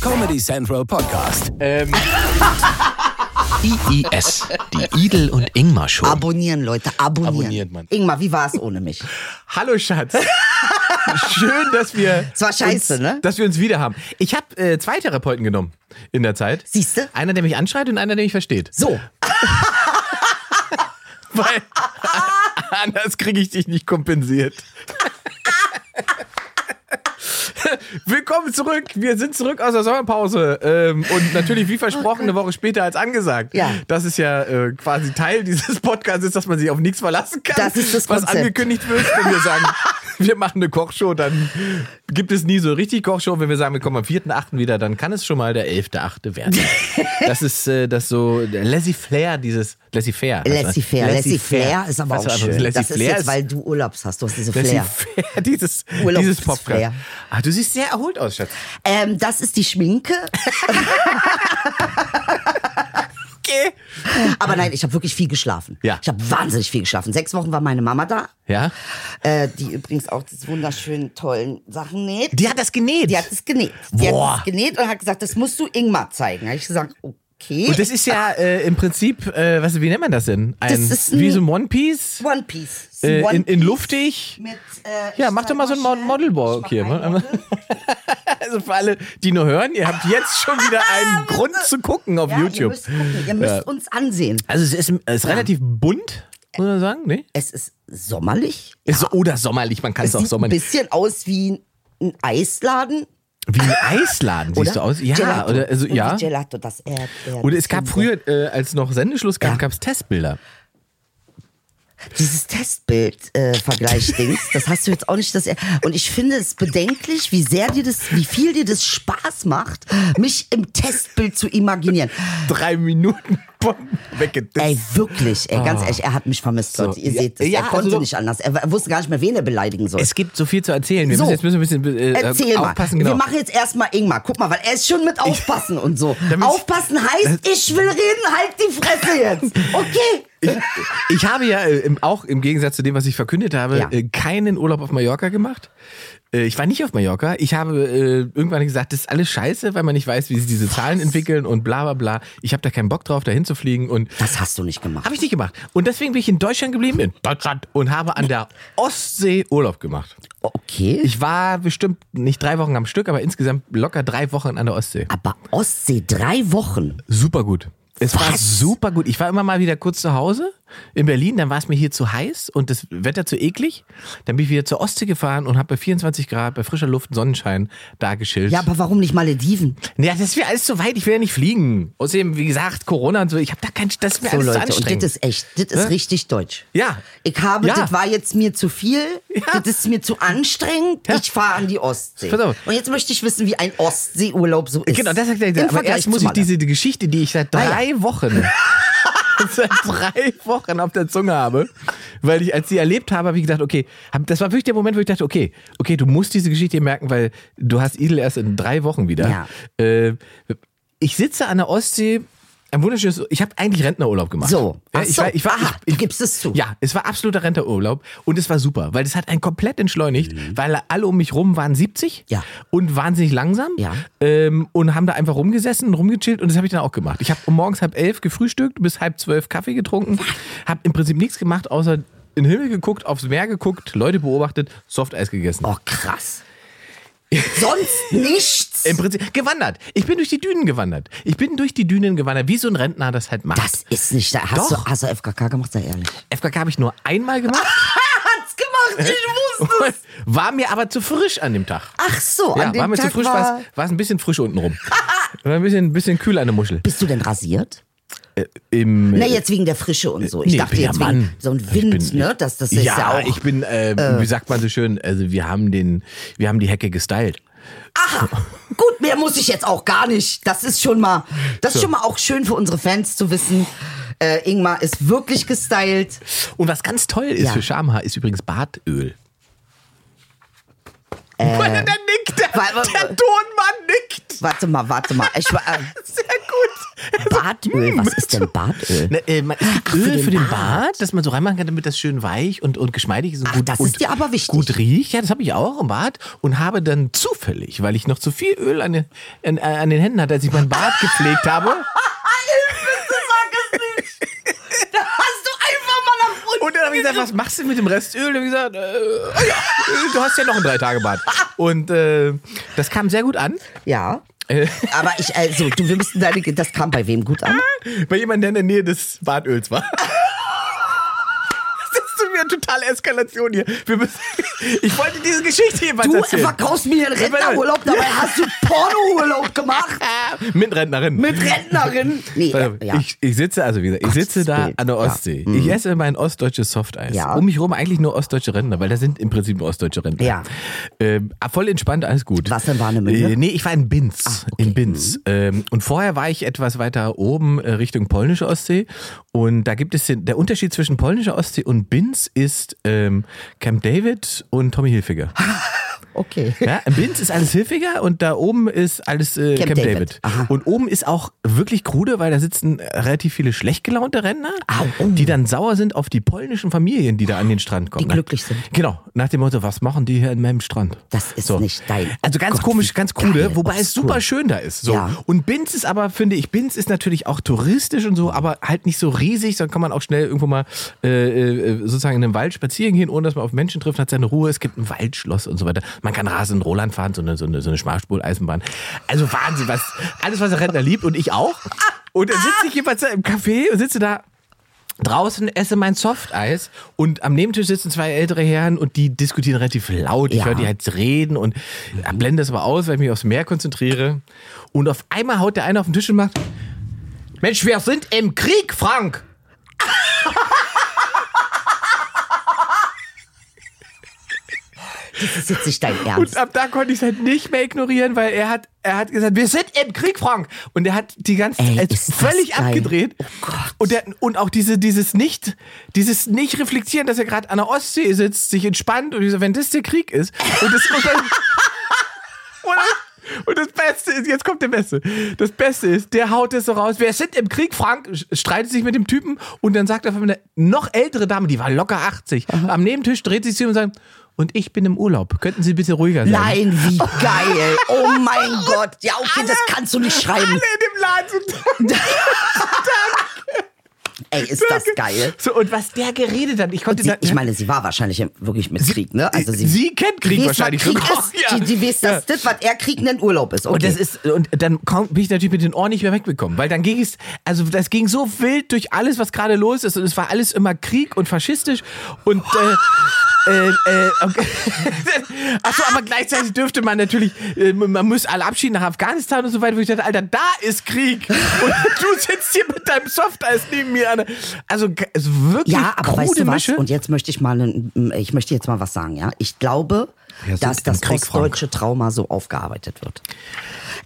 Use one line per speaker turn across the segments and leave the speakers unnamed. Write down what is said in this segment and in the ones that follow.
Comedy Central Podcast.
Ähm,
IIS, die Idel und Ingmar Show.
Abonnieren, Leute, abonnieren.
Abonniert, Mann.
Ingmar, wie war es ohne mich?
hallo Schatz. Schön, dass wir.
Es war scheiße,
uns,
ne?
Dass wir uns wieder haben. Ich habe äh, zwei Therapeuten genommen in der Zeit.
Siehste?
Einer, der mich anschreit und einer, der mich versteht.
So,
Weil anders kriege ich dich nicht kompensiert. Willkommen zurück. Wir sind zurück aus der Sommerpause. Ähm, und natürlich, wie versprochen, eine Woche später als angesagt.
Oh Ja.
Das ist ja äh, quasi Teil dieses Podcasts, ist, dass man sich auf nichts verlassen kann.
Das ist das
Was
Konzept.
angekündigt wird, wenn wir sagen, wir machen eine Kochshow, dann gibt es nie so richtig Kochshow. Wenn wir sagen, wir kommen am 4.8. wieder, dann kann es schon mal der 11.8. werden. das ist äh, das so Laissez-faire, dieses Laissez-faire. also
Laissez-faire. Laissez-faire ist aber auch schön. Das ist
Laissez-faire
jetzt,
ist
weil du Urlaubs hast. Du hast diese Flair.
Laissez-faire, dieses,
Urlaub
dieses
ist
Popcorn.
Flair.
Ah, du siehst sehr erholt aus, Schatz.
Ähm, das ist die Schminke.
Okay.
Aber nein, ich habe wirklich viel geschlafen.
Ja.
Ich habe wahnsinnig viel geschlafen. Sechs Wochen war meine Mama da,
Ja?
äh, die übrigens auch diese wunderschönen, tollen Sachen näht.
Die hat das genäht.
Die hat es genäht. Die
Boah.
hat es genäht und hat gesagt, das musst du Ingmar zeigen. Da habe ich gesagt, okay.
und das ist ja äh, im Prinzip, äh, was, wie nennt man das denn? Ein,
Das ist ein-
wie so ein One Piece?
One Piece. Das ist
Äh,
ein One
in, in
Piece
luftig?
Mit, äh,
Ja,
ich
mach doch mal so einen
zeig
Mod
schnell.
Modelwalk
Ich
hier.
mach einen
ne? Also für alle, die nur hören, ihr habt jetzt schon wieder einen Grund zu gucken auf
Ja, Ihr
YouTube.
müsst, gucken, ihr müsst uns ansehen.
Also es ist, es ist relativ bunt, muss man sagen, ne?
Es ist sommerlich.
Ist so- Oder sommerlich, man kann es
Es
auch
sieht ein
sommerlich.
bisschen aus wie ein Eisladen.
Wie ein Eisladen siehst du
oder?
aus. Ja,
Gelato.
oder also,
Und
ja.
die Gelato, das Erdbeeren.
Oder es gab früher, äh, als noch Sendeschluss gab,
Ja.
gab es Testbilder.
Dieses Testbild-Vergleich-Dings, das hast du jetzt auch nicht. Das er und ich finde es bedenklich, wie sehr dir das, wie viel dir das Spaß macht, mich im Testbild zu imaginieren.
Drei Minuten bumm, weggedisst.
Ah. Ey, wirklich, ey, ganz ehrlich, er hat mich vermisst,
Ah. So,
Leute. Ihr
ja,
seht es,
ja,
er konnte
also-
nicht anders. Er w- wusste gar nicht mehr, wen er beleidigen soll.
Es gibt so viel zu erzählen. Wir
So.
müssen jetzt müssen wir ein bisschen äh,
Erzähl mal.
aufpassen.
Wir
Genau.
machen jetzt erstmal Ingmar. Guck mal, weil er ist schon mit aufpassen und so.
Damit- Äh,
Aufpassen heißt, ich will reden, halt die Fresse jetzt. Okay.
Ich habe ja äh, im, auch im Gegensatz zu dem, was ich verkündet habe,
Ja.
äh, keinen Urlaub auf Mallorca gemacht. Äh, Ich war nicht auf Mallorca. Ich habe äh, irgendwann gesagt, das ist alles scheiße, weil man nicht weiß, wie sich diese Zahlen entwickeln und bla bla bla. Ich habe da keinen Bock drauf, dahin zu fliegen und
Das hast du nicht gemacht.
habe ich nicht gemacht. Und deswegen bin ich in Deutschland geblieben, in Deutschland und habe an der Ostsee Urlaub gemacht.
Okay.
Ich war bestimmt nicht drei Wochen am Stück, aber insgesamt locker drei Wochen an der Ostsee.
aber Ostsee drei Wochen.
Super gut. Es war
Was?
super gut. Ich war immer mal wieder kurz zu Hause in Berlin, dann war es mir hier zu heiß und das Wetter zu eklig. Dann bin ich wieder zur Ostsee gefahren und habe bei 24 Grad, bei frischer Luft, Sonnenschein da geschillt.
Ja, aber warum nicht Malediven?
ja das ist mir alles zu weit. Ich will ja nicht fliegen. Außerdem, wie gesagt, Corona und so. Ich habe da kein, das ist mir
So
alles zu
Leute, und
anstrengend.
das ist echt, das ist
Ne?
richtig deutsch.
Ja.
Ich habe,
Ja.
das war jetzt mir zu viel,
Ja.
das ist mir zu anstrengend,
Ja.
ich fahre an die Ostsee.
Pass auf.
Und jetzt möchte ich wissen, wie ein Ostseeurlaub so ist.
Genau, das sagt er.
Im
Aber
Vergleich
erst muss
zu
ich diese die Geschichte, die ich seit
Ah, ja.
drei Wochen, seit drei Wochen auf der Zunge habe, weil ich, als sie erlebt habe, habe ich gedacht, okay, hab, das war wirklich der Moment, wo ich dachte, okay, okay, du musst diese Geschichte hier merken, weil du hast Idel erst in drei Wochen wieder. Ja. Äh, ich sitze an der Ostsee. Ein wunderschönes, ich habe eigentlich Rentnerurlaub gemacht.
So.
Ja,
Ach
ich
so.
war, ich war,
Aha,
ich, ich,
du gibst es zu.
Ja, es war absoluter Rentnerurlaub und es war super, weil das hat einen komplett entschleunigt, weil alle um mich rum waren 70
Mhm. Ja.
und wahnsinnig langsam
Ja.
ähm, und haben da einfach rumgesessen, rumgechillt und das habe ich dann auch gemacht. Ich habe morgens halb elf gefrühstückt, bis halb zwölf Kaffee getrunken, habe im Prinzip nichts gemacht, außer in den Himmel geguckt, aufs Meer geguckt, Leute beobachtet, Softeis gegessen.
Oh, krass. Sonst nichts.
Im Prinzip gewandert. Ich bin durch die Dünen gewandert. Ich bin durch die Dünen gewandert, wie so ein Rentner das halt macht.
Das ist nicht da. Hast,
Doch.
du, hast du FKK gemacht, sei ehrlich.
FKK habe ich nur einmal gemacht,
Hat's gemacht, ich wusste
war mir aber zu frisch an dem Tag.
Ach so,
Ja,
an dem
war mir zu
Tag
frisch,
war...
war es ein bisschen frisch unten rum. War ein bisschen, bisschen kühl an der Muschel.
Bist du denn rasiert?
Äh, Im,
Na, jetzt wegen der Frische und so. Ich
Nee,
dachte
bin ja
jetzt
Mann.
wegen so ein Wind,
Ich bin-
ne? Das, das ist ja, auch... äh,
ich bin, ähm, wie sagt man so schön, also wir haben den, wir haben die Hecke gestylt.
Aha, gut, mehr muss ich jetzt auch gar nicht. Das ist schon mal, das ist schon mal auch schön für unsere Fans zu wissen. Äh, Ingmar ist wirklich gestylt.
Und was ganz toll ist
Ja.
für Schamhaar, ist übrigens Bartöl. Äh, der nickt, der,
Wa- wa-
der Tonmann nickt.
Warte mal, warte mal. Ich, war- äh,
Sehr gut. Hm.
Bartöl, was ist denn Bartöl?
Ne, äh, man, es gibt
Ach,
Öl
für
für den,
den
Bart, das man so reinmachen kann, damit das schön weich und, und geschmeidig ist und
Ach,
gut
das
und
ist dir aber wichtig.
gut riecht. Ja, das habe ich auch im Bart und habe dann zufällig, weil ich noch zu viel Öl an den, an, an den Händen hatte, als ich meinen Bart gepflegt habe.
Da hast du einfach mal nach unten.
Und dann habe ich gesagt, was machst du mit dem Restöl? Und dann hab ich gesagt, äh, ah ja, du hast ja noch einen drei Tage Bart. Und äh, das kam sehr gut an.
Ja.
Äh,
Aber ich, also, du, wir müssen deine, das kam bei wem gut an?
Bei jemandem, der in der Nähe des Bartöls war. Das ist wieder eine totale Eskalation hier. Wir müssen, ich wollte diese Geschichte hier
Du
erzählen.
verkaufst mir einen Rentnerurlaub, dabei hast du Pornourlaub gemacht
Mit Rentnerin.
mit Rentnerin. Nee,
Warte,
äh, ja.
ich, ich sitze, also wie gesagt, ich sitze da
Willen.
an der
Ja. Mhm.
Ostsee. Ich esse mein ostdeutsches Softeis.
Ja.
Um mich herum eigentlich nur ostdeutsche Rentner, weil da sind im Prinzip nur ostdeutsche Rentner.
Ja.
Ähm, ah, voll entspannt, alles gut.
Warst du in Warnemünde? Ah,
Äh, nee, ich war in Binz.
okay. Mhm.
In Binz. Ähm, und vorher war ich etwas weiter oben äh, Richtung polnische Ostsee. Und da gibt es den, der Unterschied zwischen polnischer Ostsee und Binz ist ähm, Camp David und Tommy Hilfiger.
Okay.
Ja, in Binz ist alles hilfiger und da oben ist alles äh, Camp,
Camp
David.
David. Aha.
Und oben ist auch wirklich krude, weil da sitzen relativ viele schlecht gelaunte Rentner,
Au, oh.
die dann sauer sind auf die polnischen Familien, die da an den Strand kommen.
Die glücklich sind.
Genau, nach dem Motto, was machen die hier in meinem Strand?
Das ist
So.
nicht dein.
Also ganz
Gott,
komisch,
wie
ganz krude,
geil,
wobei es super
obskur.
schön da ist. So.
Ja.
Und Binz ist aber, finde ich, Binz ist natürlich auch touristisch und so, aber halt nicht so riesig, sondern kann man auch schnell irgendwo mal äh, äh, sozusagen in einem Wald spazieren gehen, ohne dass man auf Menschen trifft, hat seine Ruhe, es gibt ein Waldschloss und so weiter. Man kann Rasen Roland fahren, so eine, so eine, so eine Schmalspuleisenbahn. Also Wahnsinn, was, alles, was der Rentner liebt und ich auch. Und dann sitze ich jeweils da im Café und sitze da draußen esse mein Softeis und am Nebentisch sitzen zwei ältere Herren und die diskutieren relativ laut. Ich
Ja.
höre die halt reden und blende das aber aus, weil ich mich aufs Meer konzentriere. Und auf einmal haut der eine auf den Tisch und macht, Mensch, wir sind im Krieg, Frank!
Das ist jetzt nicht dein
Und
Ernst.
ab da konnte ich es halt nicht mehr ignorieren, weil er hat, er hat gesagt, wir sind im Krieg, Frank. Und er hat die ganze
Ey,
Zeit
ist das
völlig
geil.
abgedreht.
Oh Gott.
Und, der, und auch diese, dieses nicht, dieses nicht reflektieren, dass er gerade an der Ostsee sitzt, sich entspannt und ich so, wenn das der Krieg ist. Und das, und dann, und, und das Beste ist, jetzt kommt der Beste. Das Beste ist, der haut es so raus. Wir sind im Krieg, Frank streitet sich mit dem Typen und dann sagt auf einmal eine noch ältere Dame, die war locker 80, am Nebentisch dreht sich zu ihm und sagt, und ich bin im Urlaub. Könnten Sie bitte ruhiger sein?
Nein, wie geil. Oh mein Gott. Ja, okay, das kannst du nicht
Alle in
schreiben.
dem Laden sind
Ey, ist das geil.
So, und was der geredet hat, ich konnte
Sie,
da-
ich meine, sie war wahrscheinlich im- wirklich mit Krieg, ne? Also sie,
Sie kennt Krieg
Die weiß,
wahrscheinlich
was Krieg
sogar.
Ist,
Ja.
Die, die weiß, dass das, was er Krieg nennt, Urlaub ist. Okay.
Und das ist und dann kaum- bin ich natürlich mit den Ohren nicht mehr wegbekommen, weil dann ging es also das ging so wild durch alles, was gerade los ist und es war alles immer Krieg und faschistisch und äh, äh, äh, okay. Achso, aber gleichzeitig dürfte man natürlich, äh, man muss alle abschieden nach Afghanistan und so weiter, wo ich dachte, Alter, da ist Krieg und du sitzt hier mit deinem Softeis neben mir. Anne. Also, g- also wirklich
ja, aber
krude
weißt du was?
Mische.
Und jetzt möchte ich mal, einen- ich möchte jetzt mal was sagen, ja. Ich glaube,
Wir sind
dass
im
das
Krieg, Frank.
ostdeutsche Trauma so aufgearbeitet wird.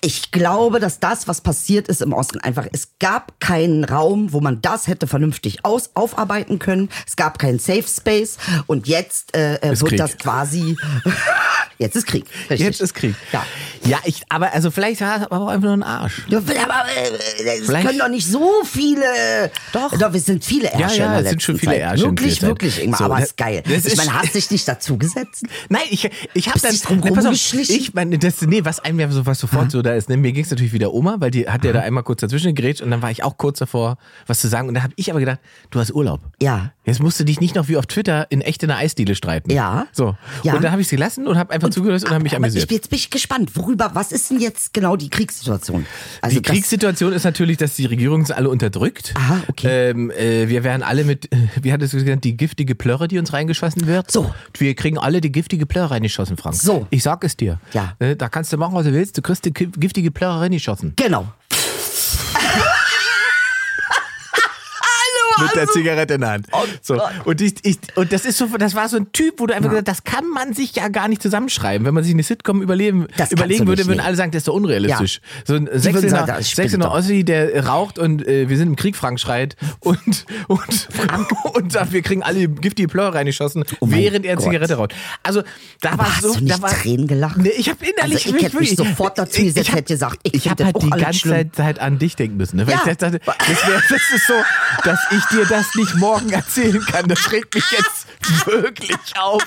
Ich glaube, dass das, was passiert ist im Osten, einfach, es gab keinen Raum, wo man das hätte vernünftig aus, aufarbeiten können. Es gab keinen Safe Space. Und jetzt äh, äh,
Ist
wird
Krieg.
das quasi, jetzt ist Krieg. Richtig.
Jetzt ist Krieg.
Ja.
ja ich, aber also vielleicht war es aber auch einfach nur ein Arsch.
Ja, will aber äh, es
Vielleicht-
können doch nicht so viele.
Doch.
Doch, wir sind viele
Ja,
Ärsche.
ja,
in der
es sind schon
letzten
viele
Zeit.
Ärsche in dieser
Wirklich,
Zeit.
wirklich, Ingmar.
So,
aber
das-
ist geil.
das
ich
ist-
meine, hast dich nicht dazu gesetzt?
Nein, ich, ich habe
Bist
dann
nicht drum
Nee, pass auf,
rumgeschlichen?
Ich meine, das, nee, was einem ja so was sofort so da ist. Ne? Mir ging es natürlich wieder Oma, weil die hat ja da einmal kurz dazwischen gegrätscht und dann war ich auch kurz davor, was zu sagen. Und da habe ich aber gedacht, du hast Urlaub.
Ja.
Jetzt musst du dich nicht noch wie auf Twitter in echt in einer Eisdiele streiten.
Ja.
So.
Ja.
Und dann habe ich sie gelassen und habe einfach zugehört und habe mich
Aber ich,
amüsiert.
jetzt bin ich gespannt, worüber, was ist denn jetzt genau die Kriegssituation? Also
die
das-
Kriegssituation ist natürlich, dass die Regierung uns alle unterdrückt.
Aha, okay.
Ähm, äh, wir werden alle mit, äh, wie hat es gesagt, die giftige Plörre, die uns reingeschossen wird.
So.
Wir kriegen alle die giftige Plörre reingeschossen, Frank.
So.
Ich sag es dir.
Ja.
Äh, Da kannst du machen, was du willst. Du kriegst die ki- giftige Plörre reingeschossen.
Genau. Hallo,
mit der
Also-
Zigarette in der Hand. So.
Gott.
Und, ich, ich, und das ist so, das war so ein Typ, wo du einfach gesagt hast, das kann man sich ja gar nicht zusammenschreiben. Wenn man sich eine Sitcom überleben,
Das kannst
überlegen
du
würde,
nicht,
würden
nee.
alle sagen, das ist doch unrealistisch. So ein Sechsehner
sagen, das spinnt
Sechsehner
doch.
Ossi, der raucht und äh, wir sind im Krieg, Frank schreit und, und, und sagt, wir kriegen alle giftige Plörre reingeschossen,
Oh mein
während er
Gott.
Zigarette raucht. Also da war
hast
so,
du nicht
da war,
Tränen gelacht?
Nee, ich habe innerlich
Also, ich hätte mich
wirklich-
sofort dazu gesetzt,
hab-
hätte gesagt, ich
ich
find
habe
das
halt
auch
die
alles
ganze
schlimm.
Zeit halt an dich denken müssen. Ne? Weil
Ja.
ich dachte, das, wär, das ist so, dass ich dir das nicht morgen erzählen kann. Das regt mich jetzt wirklich auf,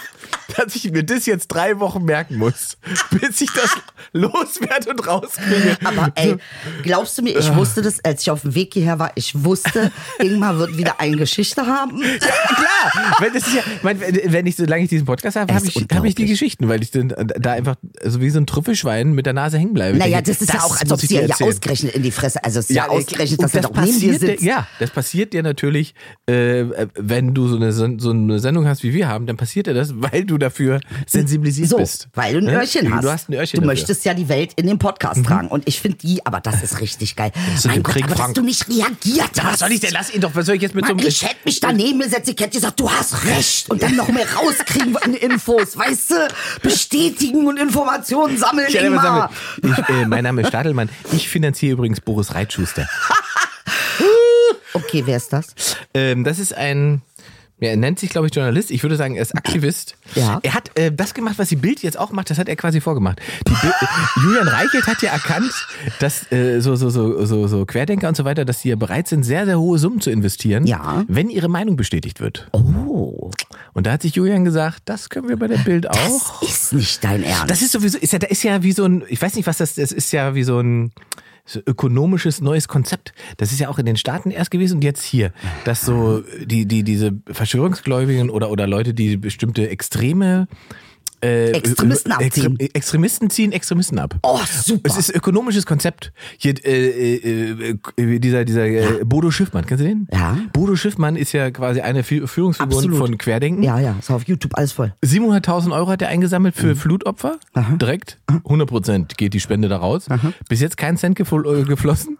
dass ich mir das jetzt drei Wochen merken muss, bis ich das loswerde und rauskriege.
Aber ey, glaubst du mir,
Ah.
ich wusste das, als ich auf dem Weg hierher war, ich wusste, Ingmar wird wieder eine Geschichte haben.
Klar, wenn, das ist ja, mein, wenn wenn ich, solange ich diesen Podcast habe,
Es
habe ich,
ist
hab ich die
unglaublich.
Geschichten, weil ich dann äh, da einfach so wie so ein Trüffelschwein mit der Nase hängen bleibe. Ich
Naja,
denke,
das ist ja auch, als
muss
ob
ich
sie
dir
ja
erzählen.
ausgerechnet in die Fresse, also es ist ja,
ey,
ausgerechend, dass
und
er doch neben dir
dir,
sitzt.
ja, das passiert dir natürlich, äh, wenn du so eine, Sen- so eine Sendung hast wie wir haben, dann passiert dir das, weil du dafür sensibilisiert
So,
bist.
weil du ein
Ne?
Öhrchen hast.
Du hast ein Öhrchen. dafür.
Du
Mhm.
möchtest ja die Welt in den Podcast tragen. Und ich finde die, aber das ist richtig geil.
ist
mein
ein
Gott,
Krieg,
aber dass
Frank.
du nicht reagiert hast.
Was soll ich denn? Lass ihn doch. Was soll ich jetzt mit
Mann,
so einem.
ich hätte mich daneben gesetzt, ich hätte gesagt, du hast recht. Und dann noch mehr rauskriegen an Infos, weißt du? Bestätigen und Informationen sammeln,
Ich hätte einfach
Ingmar.
sagen müssen, ich, äh, mein Name ist Stadelmann. Ich finanziere übrigens Boris Reitschuster.
Okay, wer ist das?
Ähm, das ist ein, ja, er nennt sich, glaube ich, Journalist. Ich würde sagen, er ist Aktivist.
Ja.
Er hat äh, das gemacht, was die Bild jetzt auch macht, das hat er quasi vorgemacht. Die Bild, Julian Reichelt hat ja erkannt, dass äh, so, so, so, so, so Querdenker und so weiter, dass sie ja bereit sind, sehr, sehr hohe Summen zu investieren,
Ja.
wenn ihre Meinung bestätigt wird. Oh. Und da hat sich Julian gesagt, das können wir bei der Bild auch.
Das ist nicht dein Ernst.
Das ist sowieso, ist ja, da ist ja wie so ein, ich weiß nicht, was das, das ist ja wie so ein so ökonomisches neues Konzept. Das ist ja auch in den Staaten erst gewesen und jetzt hier, dass so die, die, diese Verschwörungsgläubigen oder, oder Leute, die bestimmte Extreme, äh,
Extremisten
Ö- Ö-
abziehen.
Extre- Extremisten ziehen Extremisten ab.
Oh, super.
Es ist ökonomisches Konzept. Hier, äh, äh, äh, dieser, dieser äh, Bodo Schiffmann, kennst du den?
Ja.
Bodo Schiffmann ist ja quasi eine Fü- Führungsfigur
Absolut.
von Querdenken.
ja, ja, ist auf YouTube alles voll.
700.000 Euro hat er eingesammelt für Flutopfer. Direkt. 100% geht die Spende da raus. Bis jetzt kein Cent gefl äh, geflossen.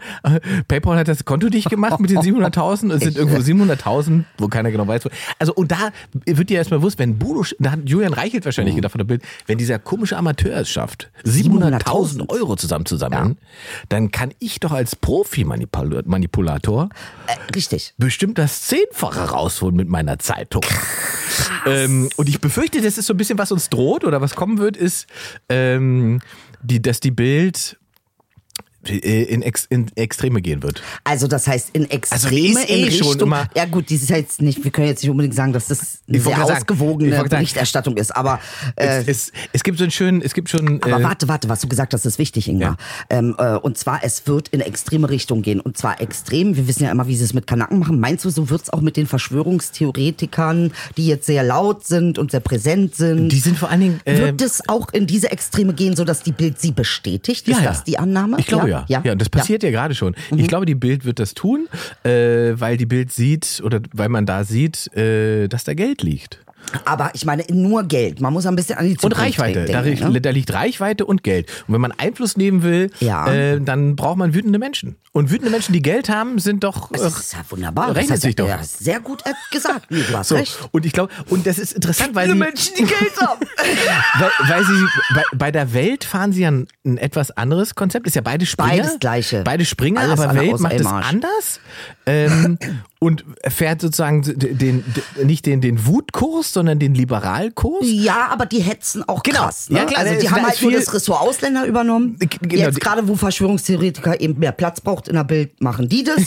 PayPal hat das Konto dicht gemacht mit den 700.000. Es sind irgendwo 700.000, wo keiner genau weiß. Wo. Also, und da wird dir erstmal bewusst, wenn Bodo, Sch- da hat Julian Reichelt wahrscheinlich gedacht von der Bild, wenn dieser komische Amateur es schafft, 700.000 Euro zusammenzusammeln, dann kann ich doch als Profi-Manipulator
Äh, richtig.
bestimmt das Zehnfache rausholen mit meiner Zeitung. Ähm, und ich befürchte, das ist so ein bisschen, was uns droht oder was kommen wird, ist, ähm, die, dass die Bild äh, in, Ex, in Extreme gehen wird.
Also das heißt in
Also die
Extreme,
ist eh
in Richtung,
schon immer-
ja gut, die ist jetzt nicht, wir können jetzt nicht unbedingt sagen, dass das eine
Ich wollte
sehr
gerade sagen, ich
ausgewogene
wollte sagen-
Berichterstattung ist, aber äh,
es, es, es gibt so einen schönen, es gibt schon.
aber
äh,
warte, warte, was du gesagt hast, ist wichtig, Inga. Ähm, äh, und zwar, es wird in extreme Richtung gehen. Und zwar extrem, wir wissen ja immer, wie sie es mit Kanaken machen. Meinst du, so wird's auch mit den Verschwörungstheoretikern, die jetzt sehr laut sind und sehr präsent sind?
die sind vor allen Dingen. Äh,
wird es auch in diese Extreme gehen, sodass die Bild sie bestätigt? ist das die Annahme?
Ich glaube ja. Ja, das passiert ja, gerade schon.
Mhm.
Ich glaube, die Bild wird das tun, äh, weil die Bild sieht oder weil man da sieht, äh, dass da Geld liegt.
Aber ich meine, nur Geld. Man muss ein bisschen an die
Und
Zukunft
Reichweite.
denken.
Da, ri-
ne?
da liegt Reichweite und Geld. Und wenn man Einfluss nehmen will,
Ja.
äh, dann braucht man wütende Menschen. Und wütende Menschen, die Geld haben, sind doch. äh,
Das ist ja wunderbar.
Rechnet
das hast
sich
du
doch.
ja sehr gut äh, gesagt. Nee, du hast
So,
recht.
und ich glaube, und das ist interessant, weil sie,
die Geld haben.
weil, weil sie bei, bei der Welt fahren sie ja ein, ein etwas anderes Konzept. Ist ja beide Springer.
Beides Gleiche.
Beide Springer,
Alles
aber
an-
Welt
aus
macht es
Elmarsch.
anders ähm, und fährt sozusagen den, den, nicht den, den Wutkurs, sondern den Liberalkurs.
ja, aber die hetzen auch
Genau.
krass. Ne?
Ja, klar, da
also
ist-
die
da
haben
ist
halt nur
viel-
das Ressort Ausländer übernommen.
G- genau,
Jetzt
die-
gerade, wo Verschwörungstheoretiker eben mehr Platz braucht in der Bild, machen die das.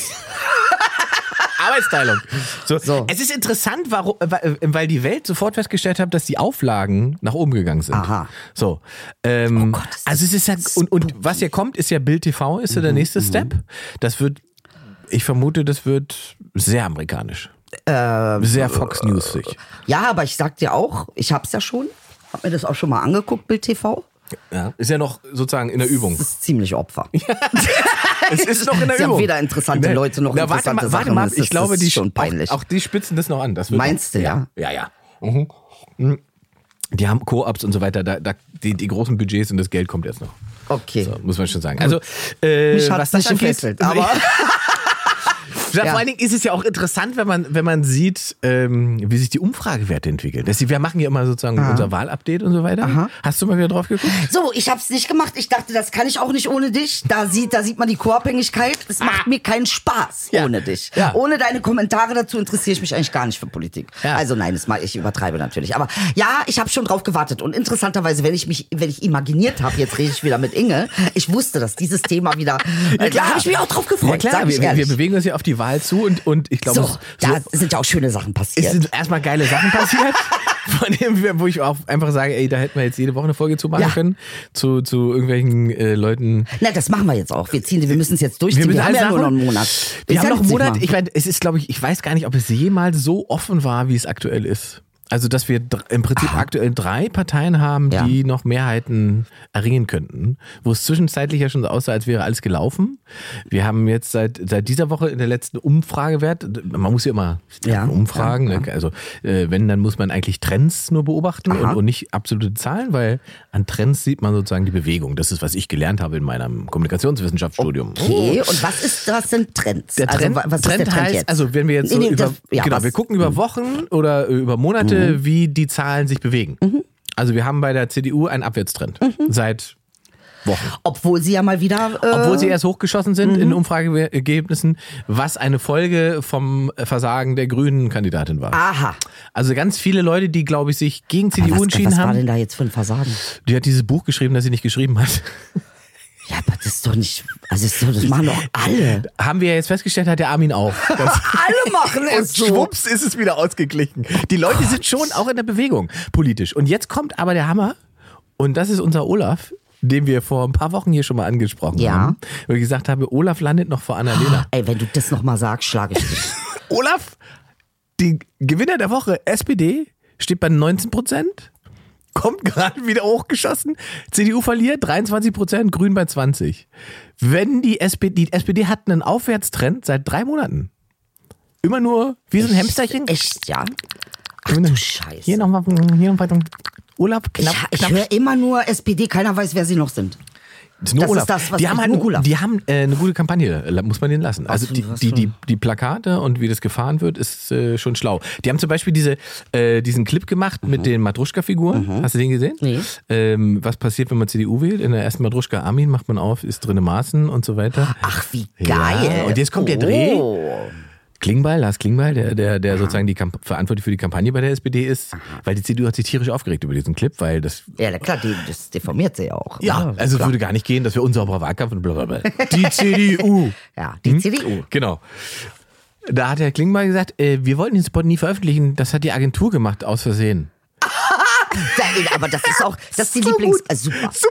Arbeitsteilung. So.
So.
Es ist interessant, warum, weil äh, weil die Welt sofort festgestellt hat, dass die Auflagen nach oben gegangen sind.
Aha.
So. Ähm,
Oh Gott, ist Mhm,
also es ist ja und, und was hier kommt, ist ja Bild TV ist ja der nächste Step. Das wird, ich vermute, das wird sehr amerikanisch.
Äh,
sehr Fox News-ig.
ja, aber ich sag dir auch, ich hab's ja schon. Hab mir das auch schon mal angeguckt, Bild TV.
Ja. Ist ja noch sozusagen in der Übung.
Das ist ziemlich Opfer.
Es ist noch in der
Sie haben
Übung.
weder interessante
Nee.
Leute noch
Na, warte
interessante
mal, warte
Sachen.
mal.
Das
Ich
ist-
glaube,
das
die
ist schon peinlich.
Auch, auch die spitzen das noch an. Das wird
Meinst du, ja?
Ja, ja. Mhm. Mhm. Die haben Co-ops und so weiter, da, da, die, die großen Budgets und das Geld kommt erst noch.
Okay.
So, muss man schon sagen. Also, äh,
Mich
was
hat's
das
nicht
angeht,
gefesselt, aber-
Ja.
Ja.
Vor allen Dingen ist es ja auch interessant, wenn man, wenn man sieht, ähm, wie sich die Umfragewerte entwickeln. Das, wir machen ja immer sozusagen unser Wahlupdate und so weiter. Hast du mal wieder drauf geguckt?
So, ich hab's nicht gemacht. Ich dachte, das kann ich auch nicht ohne dich. Da sieht, da sieht man die Co-Abhängigkeit. Es macht mir keinen Spaß
Ah. Ja.
ohne dich.
Ja.
Ohne deine Kommentare dazu interessiere ich mich eigentlich gar nicht für Politik.
Ja.
Also nein, das mal, ich übertreibe natürlich. Aber ja, ich habe schon drauf gewartet. Und interessanterweise, wenn ich mich, wenn ich imaginiert habe, jetzt rede ich wieder mit Inge, ich wusste, dass dieses Thema wieder. Äh, da habe ich mich auch drauf
Ja,
gefreut.
klar,
sag ich
wir, wir
ehrlich.
bewegen uns ja auf die Wahl zu und, und ich glaube,
so,
es-
da sind ja auch schöne Sachen
es
passiert.
sind erstmal geile Sachen passiert, von denen wir, wo ich auch einfach sage, ey, da hätten wir jetzt jede Woche eine Folge zu machen
Ja.
können, zu, zu irgendwelchen äh, Leuten.
Na, das machen wir jetzt auch. Wir ziehen, wir müssen es jetzt durchziehen. Wir,
müssen
haben
alles
ja nur noch
nachholen.
einen Monat.
Wir
Ist
haben
ja
noch einen
witzig,
Monat.
Mann.
Ich meine, es ist, glaube ich, ich weiß gar nicht, ob es jemals so offen war, wie es aktuell ist. Also, dass wir dr- im Prinzip aktuell drei Parteien haben,
Ja.
die noch Mehrheiten erringen könnten. Wo es zwischenzeitlich ja schon so aussah, als wäre alles gelaufen. Wir haben jetzt seit, seit dieser Woche in der letzten Umfragewert, man muss ja immer
Ja,
umfragen,
ja,
ne? also äh, wenn, dann muss man eigentlich Trends nur beobachten und, und nicht absolute Zahlen, weil an Trends sieht man sozusagen die Bewegung. Das ist, was ich gelernt habe in meinem Kommunikationswissenschaftsstudium.
Okay, und was ist das sind Trends?
Der Trend,
also, wa- was ist
Trend,
der Trend
heißt,
jetzt?
also wenn wir jetzt
Nee,
so
nee,
über,
das- ja,
genau,
was- Mhm.
wir gucken über Wochen oder äh, über Monate, wie die Zahlen sich bewegen.
Mhm.
Also wir haben bei der CDU einen Abwärtstrend seit Wochen.
obwohl sie ja mal wieder äh, Mhm.
Obwohl sie erst hochgeschossen sind in Umfrageergebnissen, was eine Folge vom Versagen der grünen Kandidatin war.
aha.
Also ganz viele Leute, die, glaube ich, sich gegen
Ah. Aber
CDU
was,
entschieden
was war
haben,
denn da jetzt für ein Versagen?
die hat dieses Buch geschrieben, das sie nicht geschrieben hat.
Ja, aber das ist doch nicht, also das, ist doch, das machen doch alle.
Haben wir ja jetzt festgestellt, hat der Armin auch. Das-
Alle machen
Und schwupps ist es wieder ausgeglichen. Die Leute sind schon auch in der Bewegung politisch. Und jetzt kommt aber der Hammer. Und das ist unser Olaf, den wir vor ein paar Wochen hier schon mal angesprochen
Ja.
haben. Wo ich gesagt habe, Olaf landet noch vor Annalena.
Ey, wenn du das nochmal sagst, schlage ich dich.
Olaf, die Gewinner der Woche, SPD, steht bei 19 Prozent. Kommt gerade wieder hochgeschossen. CDU verliert 23 Prozent, Grün bei 20. Wenn die SPD, die SPD hat einen Aufwärtstrend seit drei Monaten. Immer nur wie so ein Hamsterchen.
Echt, ja? Ach du Scheiße.
Hier nochmal, hier nochmal. Olaf, knapp,
ich ich
knapp.
höre immer nur SPD, keiner weiß, wer sie noch sind.
Ist nur
das ist das, was
die haben,
ich-
halt,
nur Olaf.
Die haben äh, eine gute Kampagne, la- muss man denen lassen. Also
für-
die,
was
die,
für-
die, die Plakate und wie das gefahren wird, ist äh, schon schlau. Die haben zum Beispiel diese, äh, diesen Clip gemacht mit den Matruschka-Figuren. Hast du den gesehen?
Mhm. Nee.
Ähm, was passiert, wenn man CDU wählt? In der ersten Matruschka Armin macht man auf, ist drinne Maßen und so weiter.
Ach, wie geil. Oh.
Ja, und jetzt kommt der Dreh. Klingbeil, Lars Klingbeil, der, der, der sozusagen die Kamp verantwortlich für die Kampagne bei der SPD ist, weil die CDU hat sich tierisch aufgeregt über diesen Clip, weil das
Ja, na klar, die, das deformiert sie ja auch.
Ja,
ne?
also
Klar.
würde gar nicht gehen, dass wir unsauberer Wahlkampf und blablabla. Die CDU.
Ja, die CDU.
Genau. Da hat Herr Klingbeil gesagt, äh, wir wollten den Spot nie veröffentlichen, das hat die Agentur gemacht, aus Versehen.
Ja, ey, aber das ist auch, das ist die
So
Lieblings...
gut.
Äh, super.
gut.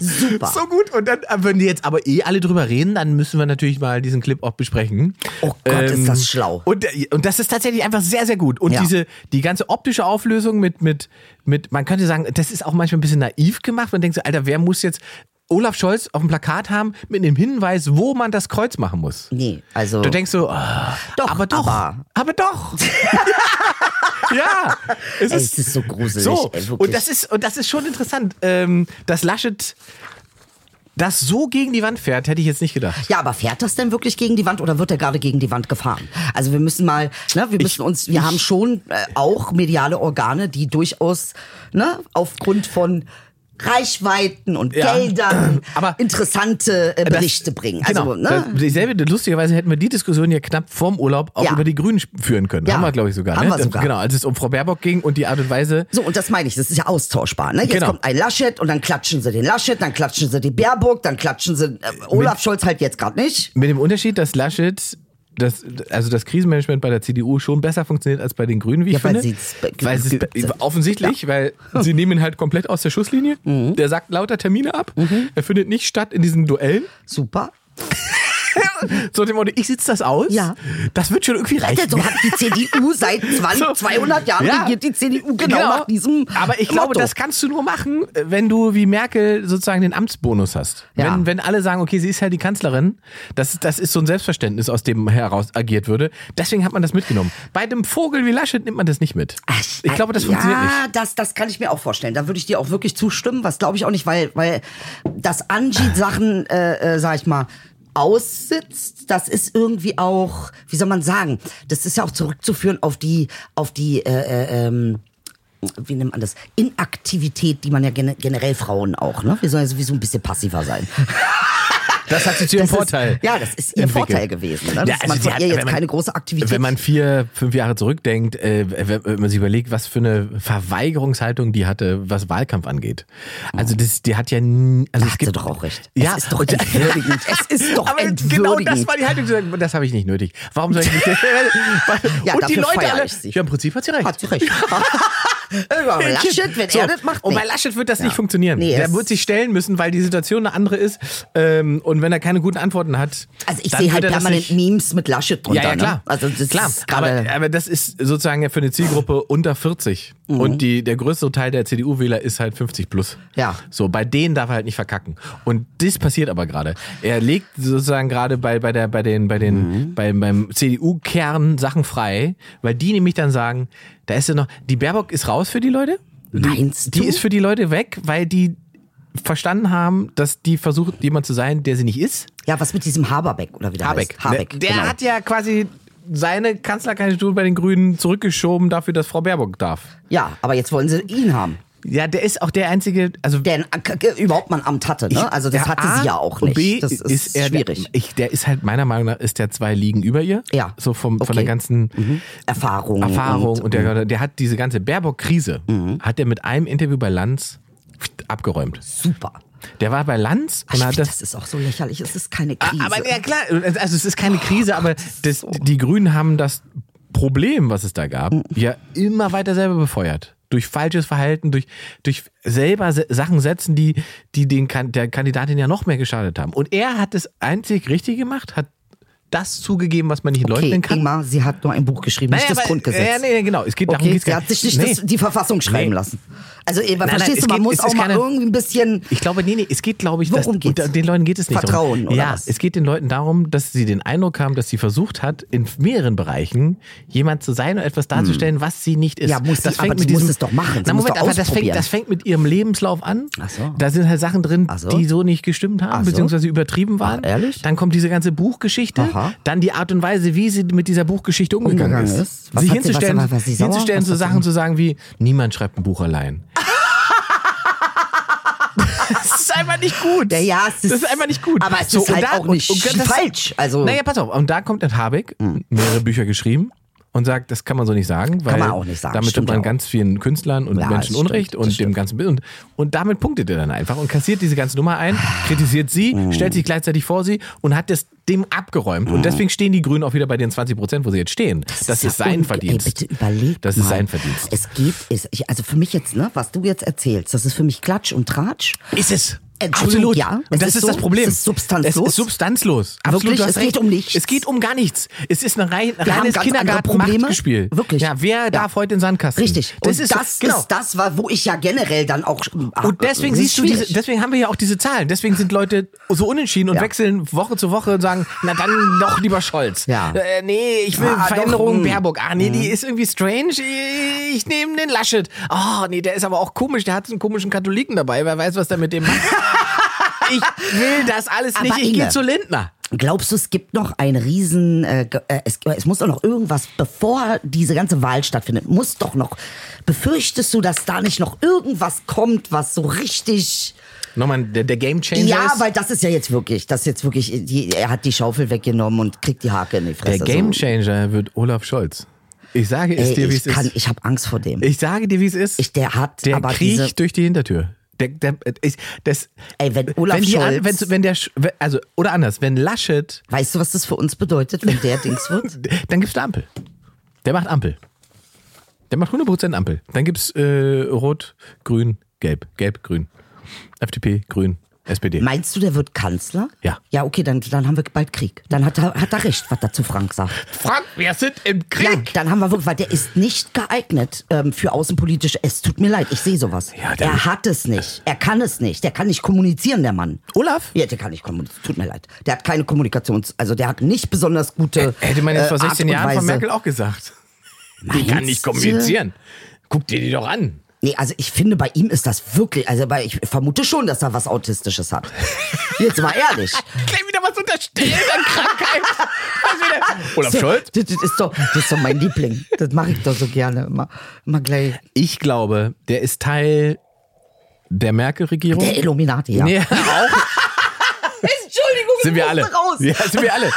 Super.
So gut. Und dann, äh, wenn die jetzt aber eh alle drüber reden, dann müssen wir natürlich mal diesen Clip auch besprechen.
Oh Gott, ist das schlau.
Und, äh, und das ist tatsächlich einfach sehr, sehr gut. Und
Ja.
diese, die ganze optische Auflösung mit, mit, mit, man könnte sagen, das ist auch manchmal ein bisschen naiv gemacht. Man denkt so, Alter, wer muss jetzt Olaf Scholz auf dem Plakat haben mit einem Hinweis, wo man das Kreuz machen muss?
Nee, also...
Du denkst so, ah,
Doch,
aber doch, aber,
aber-
doch. ja, es
Ey, es ist so gruselig,
So.
ey, wirklich.
und das ist und das ist schon interessant, ähm, dass Laschet das so gegen die Wand fährt, hätte ich jetzt nicht gedacht.
Ja, aber fährt das denn wirklich gegen die Wand oder wird er gerade gegen die Wand gefahren? Also wir müssen mal, ne, wir müssen uns, wir haben schon äh, auch mediale Organe, die durchaus ne, aufgrund von Reichweiten und
Ja,
Geldern
aber
interessante äh, Berichte bringen. Also,
genau,
ne?
das- dieselbe, lustigerweise hätten wir die Diskussion ja knapp vorm Urlaub auch
Ja.
über die Grünen sp- führen können.
Ja.
Haben wir, glaube ich, sogar.
Haben
ne?
wir sogar.
Genau, als es um Frau Baerbock ging und die Art und Weise,
So, und das meine ich, das ist ja austauschbar. Ne? Jetzt
Genau.
kommt ein Laschet und dann klatschen sie den Laschet, dann klatschen sie die Baerbock, dann klatschen sie äh, Olaf Scholz halt jetzt gerade nicht.
Mit dem Unterschied, dass Laschet das, also das Krisenmanagement bei der CDU schon besser funktioniert als bei den Grünen, wie ich
Ja, weil
finde.
sie's be-
weil es ist
sind.
offensichtlich, weil sie nehmen ihn halt komplett aus der Schusslinie.
Mhm.
Der sagt lauter Termine ab. Er findet nicht statt in diesen Duellen.
Super.
So dem Motto, ich sitze das aus.
Ja.
Das wird schon irgendwie
Alter,
reichen.
so hat die CDU seit 20,
So.
200 Jahren
Ja.
regiert die CDU genau, nach diesem
Aber ich glaube,
Motto.
das kannst du nur machen, wenn du wie Merkel sozusagen den Amtsbonus hast.
Ja.
Wenn, wenn alle sagen, okay, sie ist ja die Kanzlerin, das, das ist so ein Selbstverständnis, aus dem heraus agiert würde. Deswegen hat man das mitgenommen. Bei einem Vogel wie Laschet nimmt man das nicht mit. ich glaube, das funktioniert
ja,
nicht.
Das, das kann ich mir auch vorstellen. Da würde ich dir auch wirklich zustimmen. Was glaube ich auch nicht, weil, weil das Angie-Sachen, äh, äh, sag ich mal, aussitzt, das ist irgendwie auch, wie soll man sagen, das ist ja auch zurückzuführen auf die, auf die, äh, äh, ähm, wie nennt man das? Inaktivität, die man ja gene- generell Frauen auch, ne? Wir sollen ja sowieso ein bisschen passiver sein.
Das hat sie zu ihrem
Das
Vorteil.
Ist, ja, das ist ihr
entwickelt.
Vorteil gewesen. Ne? Dass
Ja, also
man
sie
von
hat-
ihr
wenn
jetzt
man-
keine große Aktivität.
Wenn man vier, fünf Jahre zurückdenkt, äh, wenn, wenn man sich überlegt, was für eine Verweigerungshaltung die hatte, was Wahlkampf angeht. Also das, die hat ja, n- also
Da
es
hat
gibt
sie doch auch recht.
Ja,
es ist doch
und-
entwürdigend. Es ist doch
Aber
entwürdigend.
genau das war die Haltung zu sagen, das habe ich nicht nötig. Warum soll ich nicht?
Ja,
und die
dafür
Leute
feiere
alle,
ich sie.
ja im Prinzip hat sie recht.
Hat sie recht. Aber Laschet, wenn er das macht,
Und bei
nee.
Laschet wird das
Ja.
nicht funktionieren.
Nee,
der
es-
wird sich stellen müssen, weil die Situation eine andere ist. Ähm, und wenn er keine guten Antworten hat,
Also ich
dann
sehe
wird
halt
er das
permanent
nicht-
Memes mit Laschet drunter.
Ja, ja, klar.
Ne? Also das
klar.
ist
Aber, äh,
gerade.
aber das ist sozusagen ja für eine Zielgruppe unter 40.
Mhm.
Und die, der größte Teil der CDU-Wähler ist halt 50 plus.
Ja.
So, bei denen darf er halt nicht verkacken. Und das passiert aber gerade. Er legt sozusagen gerade bei, bei der, bei den, bei den,
Mhm.
beim, beim CDU-Kern Sachen frei, weil die nämlich dann sagen, da ist ja noch, die Baerbock ist raus für die Leute. Die,
Meinst
die
du?
ist für die Leute weg, weil die verstanden haben, dass die versucht, jemand zu sein, der sie nicht ist.
ja, was mit diesem Haberbeck oder wie der
Habeck.
heißt? Habeck.
Ne, Der
genau.
hat ja quasi seine Kanzlerkandidatur bei den Grünen zurückgeschoben dafür, dass Frau Baerbock darf.
ja, aber jetzt wollen sie ihn haben,
Ja, der ist auch der einzige, also
der ein, äh, überhaupt mal ein Amt hatte. Ne? Also das
der
hatte
A
sie ja auch
und
nicht.
B
das ist,
er
schwierig.
Der, ich, der ist halt meiner Meinung nach ist der zwei Ligen über ihr.
Ja.
So vom von
Okay. Mhm.
der ganzen
Erfahrung.
Erfahrung und,
mhm.
der, der hat diese ganze Baerbock-Krise hat er mit einem Interview bei Lanz abgeräumt.
super.
Der war bei Lanz
Ich
und hat
finde,
das, Ah,
das ist auch so lächerlich. Es ist keine Krise.
Aber ja klar, also es ist keine
Oh,
Krise, aber das, die Grünen haben das Problem, was es da gab, ja immer weiter selber befeuert. Durch falsches Verhalten, durch, durch selber se Sachen setzen, die, die den kan der Kandidatin ja noch mehr geschadet haben. Und er hat das einzig richtig gemacht, hat das zugegeben, was man nicht
okay,
leugnen kann.
Ingmar, sie hat nur ein Buch geschrieben,
Naja,
nicht das
aber-
Grundgesetz.
Ja, nee, genau. Es geht darum,
Okay,
geht's
sie
gar-
hat sich nicht
Nee.
das, die Verfassung schreiben
Nee.
lassen. Also, eben,
nein,
verstehst
es
du, man
geht-
muss
es ist
auch mal
keine-
irgendwie ein bisschen.
Ich glaube, nee, nee, es geht, glaube ich, dass,
Worum geht's?
und den Leuten geht es nicht
Vertrauen,
darum.
oder
Ja,
was?
es geht den Leuten darum, dass sie den Eindruck haben, dass sie versucht hat, in mehreren Bereichen jemand zu sein und etwas darzustellen, was sie nicht ist.
Hm. Ja, muss
das
sie- aber sie muss es doch machen. Sie
Na,
muss
Moment,
doch
aber das fängt,
ausprobieren.
das fängt mit ihrem Lebenslauf an.
Ach so.
Da sind halt Sachen drin,
Ach so.
die so nicht gestimmt haben,
Ach so.
beziehungsweise übertrieben waren.
Ach, ehrlich?
Dann kommt diese ganze Buchgeschichte,
Aha.
dann die Art und Weise, wie sie mit dieser Buchgeschichte umgegangen, ist.
Umgegangen ist. Was
sie
hat sie- was-
hinzustellen,
war- war sie sauer?
hinzustellen
Was
zu
hat sie
Sachen zu sagen wie, niemand schreibt ein Buch allein. Das ist einfach nicht gut.
Ja, ja, es ist-
das ist einfach nicht gut.
aber es ist halt auch nicht falsch, also-
naja, pass auf. Und da kommt dann Habeck, mehrere Bücher geschrieben und sagt, das kann man so nicht sagen, weil
man auch nicht sagen,
damit tut
stimmt
man
ja auch.
ganz vielen Künstlern und
Ja,
Menschen
das stimmt,
Unrecht
das
und dem
stimmt.
ganzen Bild. Und, und damit punktet er dann einfach und kassiert diese ganze Nummer ein, kritisiert sie, stellt sich gleichzeitig vor sie und hat das dem abgeräumt. Und deswegen stehen die Grünen auch wieder bei den 20 Prozent, wo sie jetzt stehen. Das, ist,
ja
sein
unge-
Verdienst.
Ey, bitte überleg
das
mal.
ist sein Verdienst.
Es geht, es, ich, also für mich jetzt, ne, was du jetzt erzählst, das ist für mich Klatsch und Tratsch.
Ist es.
Entschuldigung,
Absolut.
ja. Es
Und das
ist
ist,
so,
das Problem.
es ist substanzlos.
Es ist substanzlos. Absolut,
Wirklich,
du hast
es geht
recht.
um nichts.
Es geht um gar nichts. Es ist ein rein,
haben
reines
ganz andere
Kindergarten-Machtgespiel.
Probleme. Wirklich.
Ja, wer
Ja.
darf heute in den Sandkasten?
Richtig.
Das
und
ist
das
genau.
ist das, wa- wo ich ja generell dann auch.
Und deswegen siehst du diese, deswegen haben wir ja auch diese Zahlen. Deswegen sind Leute so unentschieden und
Ja.
wechseln Woche zu Woche und sagen, na dann doch lieber Scholz.
Ja.
Äh, nee, ich will
Ah,
Veränderung
doch, hm.
Baerbock. Ah, nee, die ist irgendwie strange. Ich nehme den Laschet. Ah, nee, der ist aber auch komisch. Der hat einen komischen Katholiken dabei. Wer weiß, was der mit dem macht. ich will das alles
Aber
nicht. Ich gehe
Inge.
zu Lindner.
Glaubst du, es gibt noch ein Riesen, äh, ge- äh, es, es muss doch noch irgendwas, bevor diese ganze Wahl stattfindet, muss doch noch, befürchtest du, dass da nicht noch irgendwas kommt, was so richtig,
Nochmal, der, der Game Changer
ja,
ist.
weil das ist ja jetzt wirklich, das ist jetzt wirklich, die, er hat die Schaufel weggenommen und kriegt die Hake in die
der
Fresse.
Game
so.
Changer wird Olaf Scholz. Ich sage es
Ey,
dir, wie
ich
es
kann,
ist.
ich habe Angst vor dem.
Ich sage dir, wie es ist.
Ich- der hat
der
aber
kriecht
diese-
durch die Hintertür. Der, der, ich, das,
Ey, wenn Olaf
wenn die an-
Scholz-
wenn, wenn der, Sch- wenn- also, oder anders, wenn Laschet,
Weißt du, was das für uns bedeutet, wenn der Dings wird?
dann gibt's eine Ampel. Der macht Ampel. Der macht 100% Ampel. Dann gibt's äh, Rot, Grün, Gelb, Gelb, Grün. FDP, Grün, SPD.
Meinst du, der wird Kanzler?
Ja.
Ja, okay, dann, dann haben wir bald Krieg. Dann hat er, hat er recht, was dazu Frank sagt.
Frank, wir sind im
Ja, dann haben wir wirklich, weil der ist nicht geeignet ähm, für außenpolitische. Es tut mir leid, ich sehe sowas.
Ja, der-
er hat es nicht. Er kann es nicht. Der kann nicht kommunizieren, der Mann.
Olaf?
Ja, der kann nicht kommunizieren. Tut mir leid. Der hat keine Kommunikations-, also der hat nicht besonders gute.
Hätte man jetzt vor
äh, Art
16
und
Jahren von
Weise.
Merkel auch gesagt. Die kann
Meinst
nicht
du?
kommunizieren. Guck dir die doch an.
Nee, also ich finde, bei ihm ist das wirklich, also bei, ich vermute schon, dass er was Autistisches hat. Jetzt mal ehrlich.
Gleich wieder was unterstellen an Krankheit. Was wieder- Also Olaf
So,
Scholz?
Das, das, ist doch, das ist doch mein Liebling. Das mache ich doch so gerne immer. Immer gleich.
Ich glaube, der ist Teil der Merkel-Regierung.
Der Illuminati, ja.
Nee, auch
Entschuldigung,
sind wir alle.
raus.
Ja, sind wir alle.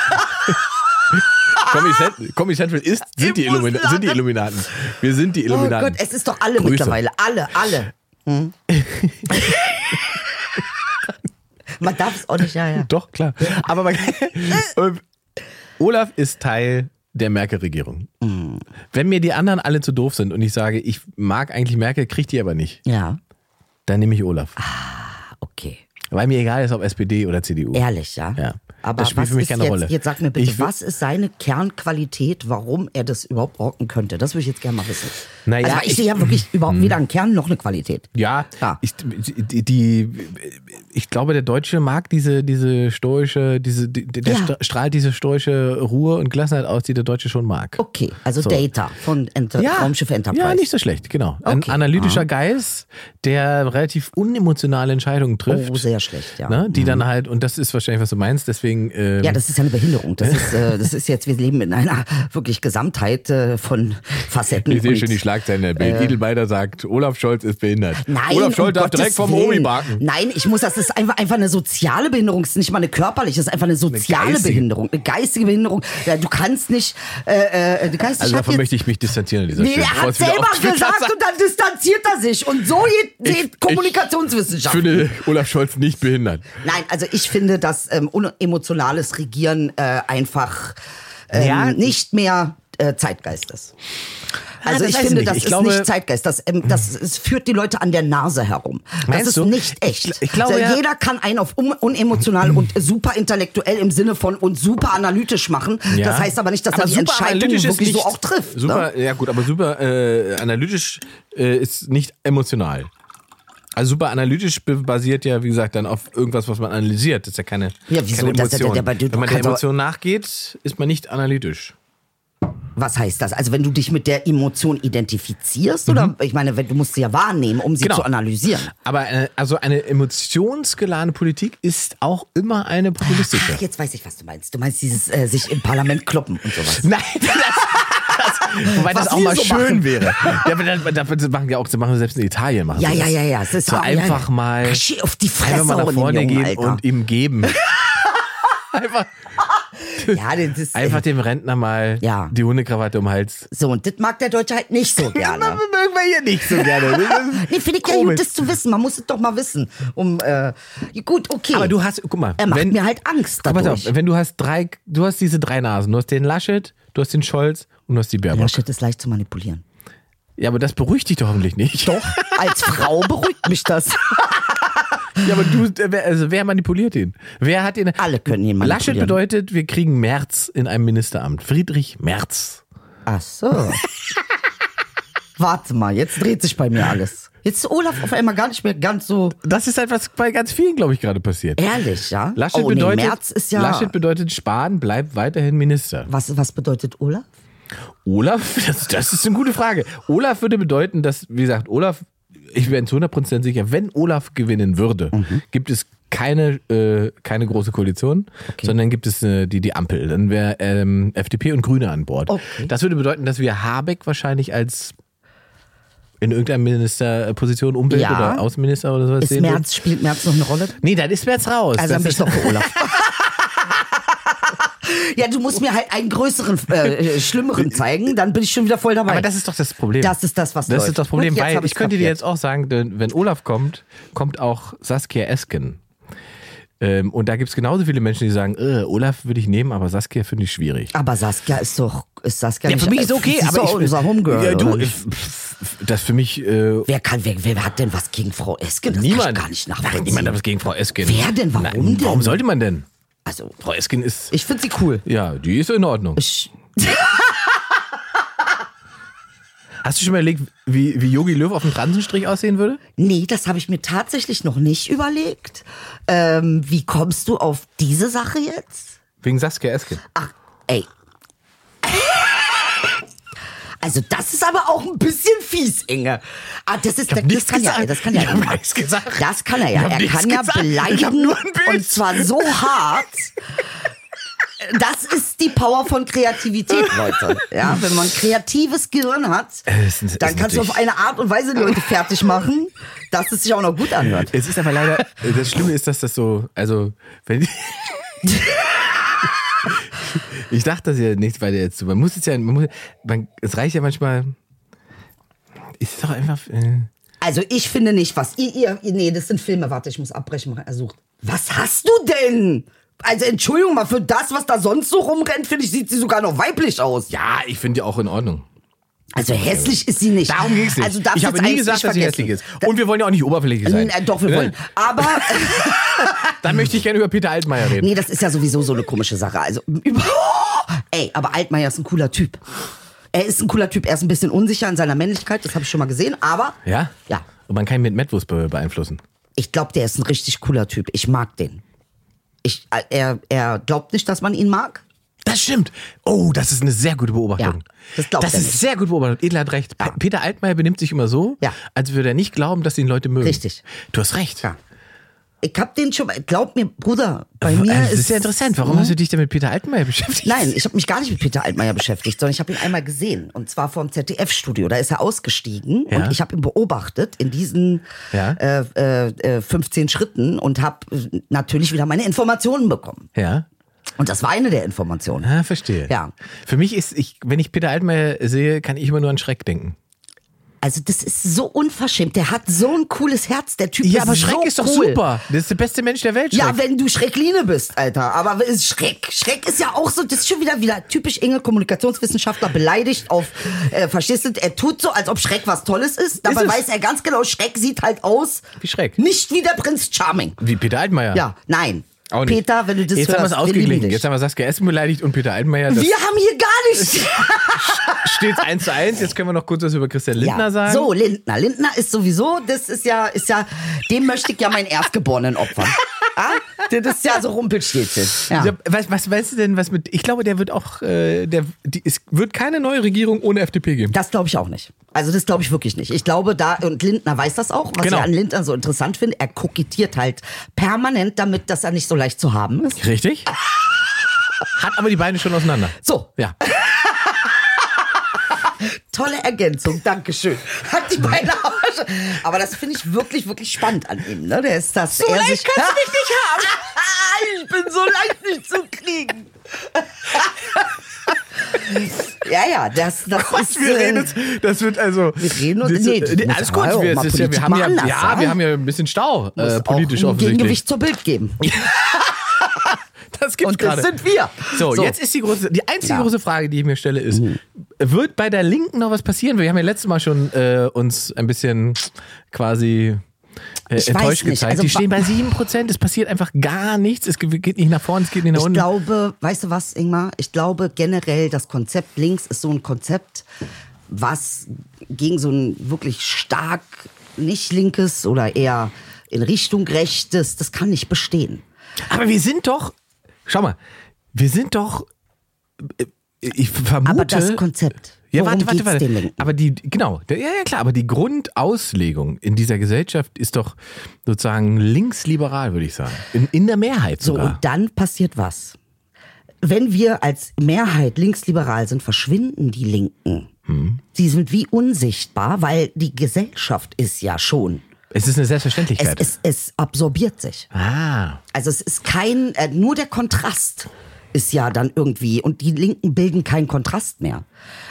Comedy Cent- Comedy Central ist, sind, die
Ich muss
Illumina- sind die
lachen.
Illuminaten. Wir sind die
Oh
Illuminaten.
Gott, es ist doch alle
Grüße.
mittlerweile. Alle, alle. Hm? Man darf es auch nicht, ja, ja.
Doch, klar. Aber man, Ähm, Olaf ist Teil der Merkel-Regierung.
Mm.
Wenn mir die anderen alle zu doof sind und ich sage, ich mag eigentlich Merkel, kriege die aber nicht,
Ja,
dann nehme ich Olaf.
Ah. okay.
Weil mir egal ist, ob SPD oder CDU.
Ehrlich, ja.
Ja.
Aber
Das spielt
was
für mich
ist
keine
jetzt,
Rolle.
Jetzt sag mir bitte,
Ich wü-
was ist seine Kernqualität, warum er das überhaupt rocken könnte? Das würde ich jetzt gerne mal wissen.
Naja,
also, weil ich,
ich- Hm.
sehe ja wirklich überhaupt weder einen Kern noch eine Qualität.
Ja,
Ja.
Ich, die, die, ich glaube, der Deutsche mag diese, diese stoische, diese, die, der
Ja.
stra- strahlt diese stoische Ruhe und Gelassenheit aus, die der Deutsche schon mag.
Okay, also
So.
Data von Enter Raumschiff Enterprise.
Ja, nicht so schlecht, genau. Ein
Okay. Ah.
analytischer Geist, der relativ unemotionale Entscheidungen trifft.
Oh, sehr schlecht, ja.
Ne? Die dann halt, und das ist wahrscheinlich, was du meinst, deswegen. Ähm,
Ja, das ist ja eine Behinderung. Das ist, äh, das ist jetzt, wir leben in einer wirklich Gesamtheit äh, von Facetten.
ich sehe
und-
schon die Schlagzeilen der Bild. Idelbeider sagt, Olaf Scholz ist behindert.
äh, Nein,
Olaf Scholz
um
darf
Gottes
direkt vom
Willen.
Omi backen.
Nein, ich muss, das ist einfach, einfach eine soziale Behinderung, es ist nicht mal eine körperliche, es ist einfach eine soziale
geistige.
Behinderung, eine geistige Behinderung. Ja, du kannst nicht, äh, äh, du kannst
Also
nicht.
davon möchte ich mich distanzieren an dieser
Nee,
Stelle.
er
bevor
hat
es wieder
selber
auf Twitter
gesagt
sagt.
und dann distanziert er sich. Und so geht
Ich-
geht Kommunikationswissenschaft.
finde Olaf Scholz nicht behindert.
Nein, also ich finde, dass ähm, unemotionales Regieren äh, einfach ähm,
Ja.
nicht mehr äh, Zeitgeist ist. Also
Ah, das
ich
weiß ich
finde,
nicht.
das
Ich
ist
glaube-
nicht Zeitgeist. Das, ähm, das es führt die Leute an der Nase herum.
Meinst
das ist
du?
nicht
Ich
echt.
gl- ich glaube ja-
also jeder kann einen auf un unemotional und super intellektuell im Sinne von und super analytisch machen.
Ja.
Das heißt aber nicht, dass er die
super
Entscheidungen
analytisch ist
wirklich so
nicht-
auch trifft. ne?
Super, ja gut, aber super äh, analytisch äh, ist nicht emotional. Also super analytisch be- basiert ja, wie gesagt, dann auf irgendwas, was man analysiert. Das ist ja keine,
Ja, wieso?
keine
Das ist ja
Emotion.
der- also der- du
Wenn man der
kannst aber-
Emotion nachgeht, ist man nicht analytisch.
Was heißt das? Also wenn du dich mit der Emotion identifizierst oder ich meine, wenn- du musst sie ja wahrnehmen, um sie
Mhm. Genau.
zu analysieren.
Aber äh, also eine emotionsgeladene Politik ist auch immer eine populistische.
Ach, jetzt weiß ich, was du meinst. Du meinst dieses äh, sich im Parlament kloppen und sowas.
Nein, das, das, wobei
Was
das auch
wir
mal
so
schön
machen.
wäre. Ja, aber das, das machen ja auch, das machen selbst in Italien machen.
Ja,
sie
ja,
das.
ja, ja. Es ist
so
auch- ja,
einfach
ja.
mal
Ach, auf die Fresse
einfach mal nach
hauen, den
vorne
Jungen,
gehen
Alter.
und ihm geben. einfach,
Ja, das ist,
einfach
äh,
dem Rentner mal
Ja.
die Hundekrawatte um den Hals.
so, und das mag der Deutsche halt nicht so gerne.
mögen wir hier nicht so gerne.
Nee, finde ich ja gut, das zu wissen. Man muss es doch mal wissen. Um, äh, gut, okay.
Aber du hast, guck mal,
Er macht
wenn,
mir halt Angst
guck, pass auf,
dadurch.
wenn du hast drei, du hast diese drei Nasen, du hast den Laschet, du hast den Scholz und du hast die
Ja,
Baerbock.
shit, ist leicht zu manipulieren.
Ja, aber das beruhigt dich doch hoffentlich nicht. Doch.
Als Frau beruhigt mich das.
Ja, aber du, äh, wer- also wer manipuliert ihn? Wer hat ihn?
Alle können ihn manipulieren.
Laschet bedeutet, wir kriegen Merz in einem Ministeramt. Friedrich Merz.
Ach so. Warte mal, jetzt dreht sich bei mir alles. Jetzt ist Olaf auf einmal gar nicht mehr ganz so
Das ist halt, was bei ganz vielen, glaube ich, gerade passiert.
ehrlich, ja?
Laschet,
oh, nee,
bedeutet,
Merz ist ja...
Laschet bedeutet, Spahn bleibt weiterhin Minister.
was, was bedeutet Olaf?
Olaf, das, das ist eine gute Frage. Olaf würde bedeuten, dass, wie gesagt, Olaf, ich bin zu 100% sicher, wenn Olaf gewinnen würde,
Mhm.
gibt es keine, äh, keine große Koalition, sondern gibt es äh, die, die Ampel. Dann wäre ähm, FDP und Grüne an Bord.
Okay.
Das würde bedeuten, dass wir Habeck wahrscheinlich als in irgendeiner Ministerposition, Umwelt-
Ja.
oder Außenminister oder sowas
Ist
sehen würden.
Merz, spielt Merz noch eine Rolle?
Nee, dann ist Merz raus.
Also dann
das
bist du
ist
doch für Olaf. ja, du musst mir halt einen größeren, äh, äh, schlimmeren zeigen, dann bin ich schon wieder voll dabei.
Aber das ist doch das Problem.
Das ist das, was
Das
läuft.
ist das Problem,
Gut, jetzt
weil
hab
ich
ich's
könnte dir
kapiert.
jetzt auch sagen, denn wenn Olaf kommt, kommt auch Saskia Esken. Ähm, und da gibt es genauso viele Menschen, die sagen, äh, Olaf würde ich nehmen, aber Saskia finde ich schwierig.
aber Saskia ist doch, ist Saskia Ah, nicht, äh, sie ist doch
ich-
unser Homegirl.
Ja, du,
oder nicht?
ich- pff, das für mich äh,
wer kann, wer, wer hat denn was gegen Frau Esken? Das kann
niemand.
ich gar nicht
Nein,
nachvollziehen.
Niemand hat was gegen Frau Esken.
Wer denn? Warum
Nein, Warum
denn?
sollte man denn?
also,
Frau Esken ist,
ich finde sie cool.
ja, die ist in Ordnung.
Ich,
Hast du schon mal überlegt, wie wie Yogi Löw auf dem Transenstrich aussehen würde?
Nee, das habe ich mir tatsächlich noch nicht überlegt. Ähm, wie kommst du auf diese Sache jetzt?
Wegen Saskia Esken.
Ach, ey. Also das ist aber auch ein bisschen fies, Inge. Ah, das ist, das,
nichts
kann ja,
gesagt.
das kann ja.
Ich hab nichts gesagt.
Das kann er ja.
Ich hab
Er
nichts
kann ja
gesagt. Ich hab
beleidigen
nur ein Bild.
und zwar so hart. Das ist die Power von Kreativität, Leute. Ja, wenn man ein kreatives Gehirn hat,
Es ist-
dann
ist
kannst du auf eine Art und Weise die Leute fertig machen, dass es sich auch noch gut anhört.
Es ist aber leider, das Schlimme ist, dass das so, also, wenn. ich dachte das ja nicht weiter jetzt. Man muss es ja, man muss, man, es reicht ja manchmal. Ist es doch einfach. Äh,
Also ich finde nicht was. Ihr, ihr, ihr, nee, das sind Filme. Warte, ich muss abbrechen. Er sucht. Was hast du denn? Also Entschuldigung mal, für das, was da sonst so rumrennt, finde ich, sieht sie sogar noch weiblich aus.
ja, ich finde ja auch in Ordnung.
Also hässlich ist sie nicht.
Darum ging es nicht.
Also darfst
ich habe
jetzt
nie
eigentlich
gesagt,
nicht
dass sie
vergessen.
hässlich ist. Und wir wollen ja auch nicht oberflächlich sein.
Äh, doch, wir
Ne?
wollen. Aber
Dann möchte ich gerne über Peter Altmaier reden.
nee, das ist ja sowieso so eine komische Sache. Also über ey, aber Altmaier ist ein cooler Typ. Er ist ein cooler Typ. Er ist ein bisschen unsicher in seiner Männlichkeit. Das habe ich schon mal gesehen. Aber
Ja?
ja,
Und man kann ihn mit Metwurst be beeinflussen.
Ich glaube, der ist ein richtig cooler Typ. Ich mag den. Ich, äh, er, er glaubt nicht, dass man ihn mag.
Das stimmt. Oh, das ist eine sehr gute Beobachtung.
Ja, das glaubt
Das
er
ist
nicht.
sehr gut beobachtet. Edel hat recht. Pe- Peter Altmaier benimmt sich immer so,
Ja.
als würde er nicht glauben, dass ihn Leute mögen.
Richtig.
Du hast recht.
Ja. Ich hab den schon. Glaub mir, Bruder, bei
Also,
mir
das
ist. Mhm.
ist ja interessant. Warum hast du dich denn mit Peter Altmaier beschäftigt?
Nein, ich habe mich gar nicht mit Peter Altmaier beschäftigt, sondern ich habe ihn einmal gesehen. Und zwar vom ZDF-Studio. Da ist er ausgestiegen
Ja.
und ich habe ihn beobachtet in diesen
Ja.
äh, äh, äh, 15 Schritten und habe natürlich wieder meine Informationen bekommen.
Ja.
Und das war eine der Informationen.
Ah, verstehe.
Ja.
Für mich ist, ich, wenn ich Peter Altmaier sehe, kann ich immer nur an Schreck denken.
Also das ist so unverschämt. Der hat so ein cooles Herz. Der Typ ist
Ja, aber Schreck
so
ist doch
cool.
super. Das ist der beste Mensch der Welt, Schreck.
Ja, wenn du Schreckline bist, Alter. Aber es- Schreck, Schreck ist ja auch so, das ist schon wieder wieder typisch enge Kommunikationswissenschaftler beleidigt auf, äh, verstehst du, er tut so, als ob Schreck was Tolles ist. Dabei
es.
weiß er ganz genau, Schreck sieht halt aus
Wie Schreck.
nicht wie der Prinz Charming.
Wie Peter Altmaier.
Ja, nein.
Auch nicht.
Peter, wenn du das
Jetzt haben wir
hörst,
es
wir lieben
ausgeglichen.
dich.
Jetzt haben wir Saskia Essen beleidigt und Peter Altmaier. Das
wir haben hier gar nicht.
steht 1 zu 1. Jetzt können wir noch kurz was über Christian Lindner sagen.
So, Lindner. Lindner ist sowieso, das ist ja, ist ja, dem möchte ich ja meinen Erstgeborenen opfern. Ah? Das ist ja so Rumpelstilzchen. Ja.
Ja, was, was weißt du denn, was mit. Ich glaube, der wird auch. Äh, der, die, es wird keine neue Regierung ohne FDP geben.
Das glaube ich auch nicht. Also das glaube ich wirklich nicht. Ich glaube da, und Lindner weiß das auch, was
Genau.
ich an Lindner so interessant finde, er kokettiert halt permanent damit, dass er nicht so leicht zu haben ist.
Richtig? Hat aber die Beine schon auseinander.
So,
Ja.
tolle Ergänzung, Dankeschön. Hat die Beine aber schon. Aber das finde ich wirklich, wirklich spannend an ihm. Ne? Der ist das. So er
leicht kannst du
mich nicht haben. ich bin so leicht nicht zu kriegen. ja, ja, das, das ist...
Wir
äh,
reden uns, das wird also.
wir reden uns-
das,
nee,
nee,
das
alles
muss
gut.
auch
Wir,
mal
es ist ja, wir
Politik
haben ja,
mal anders,
ja, wir
ja?
haben ja ein bisschen Stau äh,
muss auch
politisch
ein
offensichtlich.
Gegengewicht zur Bild geben.
Das gibt's
Und das
gerade.
sind wir.
So,
So.
jetzt ist die große, die einzige
Ja. Mhm.
große Frage, die ich mir stelle, ist: Wird bei der Linken noch was passieren? Wir haben ja letztes Mal schon äh, uns ein bisschen quasi äh,
Ich weiß
enttäuscht
nicht.
gezeigt.
Also
die
wa-
stehen bei 7%, es passiert einfach gar nichts, es ge- geht nicht nach vorne, es geht nicht nach
Ich
unten.
glaube, weißt du was, Ingmar? Ich glaube generell, das Konzept links ist so ein Konzept, was gegen so ein wirklich stark nicht linkes oder eher in Richtung rechtes, das kann nicht bestehen.
Aber wir sind doch, schau mal, wir sind doch, äh, ich vermute.
Aber das Konzept.
Ja, warte,
worum
warte,
geht's den
warte.
Linken?
Aber die, genau, der- ja, ja, klar, aber die Grundauslegung in dieser Gesellschaft ist doch sozusagen linksliberal, würde ich sagen. In, in der Mehrheit
So,
sogar.
und dann passiert was? Wenn wir als Mehrheit linksliberal sind, verschwinden die Linken. Sie sind wie unsichtbar, weil die Gesellschaft ist ja schon.
es ist eine
Es,
Selbstverständlichkeit.
es, es absorbiert sich.
ah.
Also es ist kein, äh, nur der Kontrast ist ja dann irgendwie, und die Linken bilden keinen Kontrast mehr.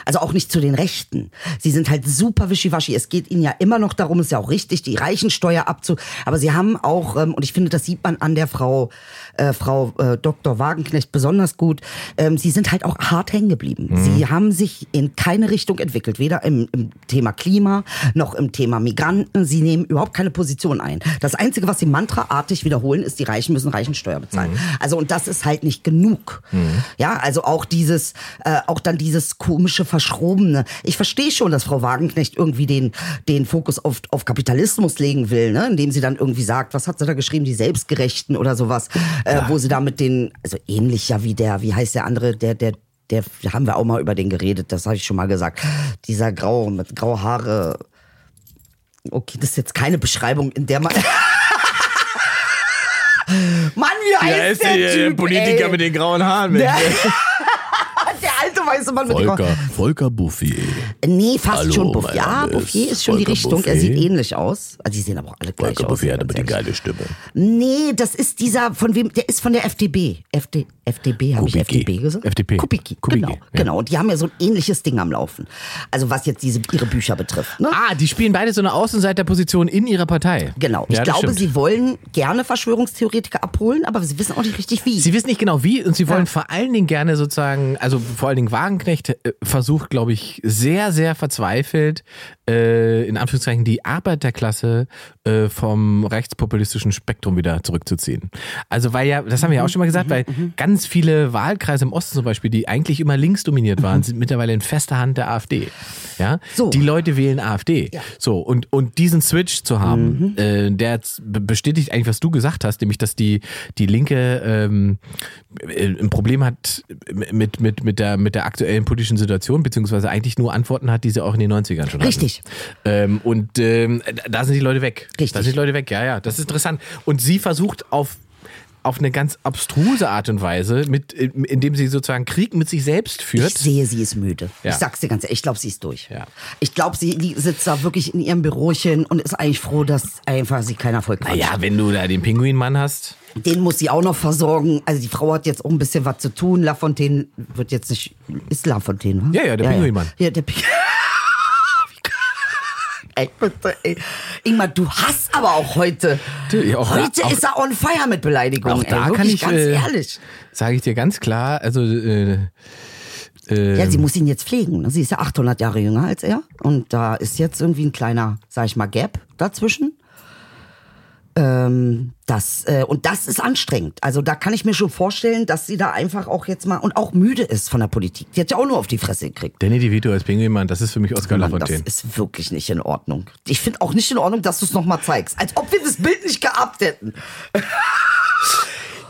Also auch nicht zu den Rechten. Sie sind halt super wischiwaschi. Es geht ihnen ja immer noch darum, ist ja auch richtig, die Reichensteuer abzu... Aber sie haben auch, ähm, und ich finde, das sieht man an der Frau, äh, Frau äh, Dr. Wagenknecht besonders gut, ähm, sie sind halt auch hart hängen geblieben. Sie haben sich in keine Richtung entwickelt, weder im, im Thema Klima noch im Thema Migranten. Sie nehmen überhaupt keine Position ein. Das Einzige, was sie mantraartig wiederholen, ist, die Reichen müssen Reichensteuer bezahlen. Also und das ist halt nicht genug. Ja, also auch dieses, äh, auch dann dieses komische Verschrobene. Ich verstehe schon, dass Frau Wagenknecht irgendwie den, den Fokus auf, auf Kapitalismus legen will, ne? indem sie dann irgendwie sagt, was hat sie da geschrieben, die Selbstgerechten oder sowas, äh, wo sie da mit den, also ähnlich ja wie der, wie heißt der andere, der, der, der haben wir auch mal über den geredet, das habe ich schon mal gesagt. Dieser grau mit grau Haare. Okay, das ist jetzt keine Beschreibung, in der man. Mann, wie heißt
Da ist
der,
der,
äh,
typ,
Politiker
ey?
mit den grauen Haaren.
Der, der alte weiße Mann mit grau.
Volker, Volker Bouffier.
Nee, fast
Hallo,
schon
mein
Bouffier. Ja,
Name
Bouffier
ist
ist schon die
Volker
Richtung. Er
Bouffier.
sieht ähnlich aus. Also, die sehen aber auch alle gleich
Volker
aus.
Bouffier hat
ganz
aber die
ehrlich.
geile Stimme.
Nee, das ist dieser, von wem, der ist von der FDB. FD, FDB, habe ich
Kubicki.
FDB gesagt?
FDP.
Kubicki,
Kubicki,
genau.
ja.
Genau, und die haben ja so ein ähnliches Ding am Laufen. Also was jetzt diese, ihre Bücher betrifft. Ne?
Ah, die spielen beide so eine Außenseiterposition in ihrer Partei.
Genau. Ich
Ja, das
glaube,
stimmt.
sie wollen gerne Verschwörungstheoretiker abholen, aber sie wissen auch nicht richtig wie.
Sie wissen nicht genau wie und sie wollen vor allen Dingen gerne sozusagen, also vor allen Dingen Wagenknecht äh, versucht, glaube ich, sehr, sehr verzweifelt, äh, in Anführungszeichen die Arbeiterklasse äh, vom rechtspopulistischen Spektrum wieder zurückzuziehen. Also weil ja, das haben
Mhm.
wir ja auch schon mal gesagt, weil ganz viele Wahlkreise im Osten zum Beispiel, die eigentlich immer links dominiert waren, sind mittlerweile in fester Hand der AfD. Ja,
Mhm. So.
die Leute wählen AfD. So und und diesen Switch zu
Mhm.
haben, äh, der z- be- bestätigt eigentlich, was du gesagt hast, nämlich dass die die Linke ähm, äh, ein Problem hat mit mit mit der mit der aktuellen politischen Situation beziehungsweise eigentlich nur Antworten hat, die sie auch in den 90ern schon hatten.
Richtig.
Ähm, und ähm, da sind die Leute weg.
Richtig.
Da sind die Leute weg. Ja, ja. Das ist interessant. Und sie versucht auf auf eine ganz abstruse Art und Weise, mit, indem sie sozusagen Krieg mit sich selbst
ich
führt.
sehe, sie ist müde.
Ja.
Ich sag's dir ganz ehrlich, ich glaube, sie ist durch.
Ja.
Ich glaube, sie li- sitzt da wirklich in ihrem Bürochen und ist eigentlich froh, dass einfach sie keinen Erfolg hat.
Naja, wenn du da den Pinguinmann hast.
Den muss sie auch noch versorgen. Also die Frau hat jetzt auch ein bisschen was zu tun. Lafontaine wird jetzt nicht. Ist Lafontaine, wa?
Ja, ja, der Pinguinmann.
Ja, der Pinguin. Ey, bitte, ey. Ingmar, du hast aber auch heute.
Du, ja, auch da-
heute
auch-
ist er on fire mit Beleidigungen.
Auch da
ey,
kann
wirklich,
ich
ganz
äh,
ehrlich.
Sage ich dir ganz klar, also äh, äh,
Ja, sie muss ihn jetzt pflegen. ne? Sie ist ja 800 Jahre jünger als er. Und da ist jetzt irgendwie ein kleiner, sag ich mal, Gap dazwischen. Ähm, das, äh, und das ist anstrengend. Also da kann ich mir schon vorstellen, dass sie da einfach auch jetzt mal und auch müde ist von der Politik. Die hat ja auch nur auf die Fresse gekriegt.
Danny DeVito als Pinguinmann, das ist für mich Oscar
Mann, das
Lafontaine.
ist wirklich nicht in Ordnung. Ich finde auch nicht in Ordnung, dass du es nochmal zeigst. Als ob wir das Bild nicht gehabt hätten.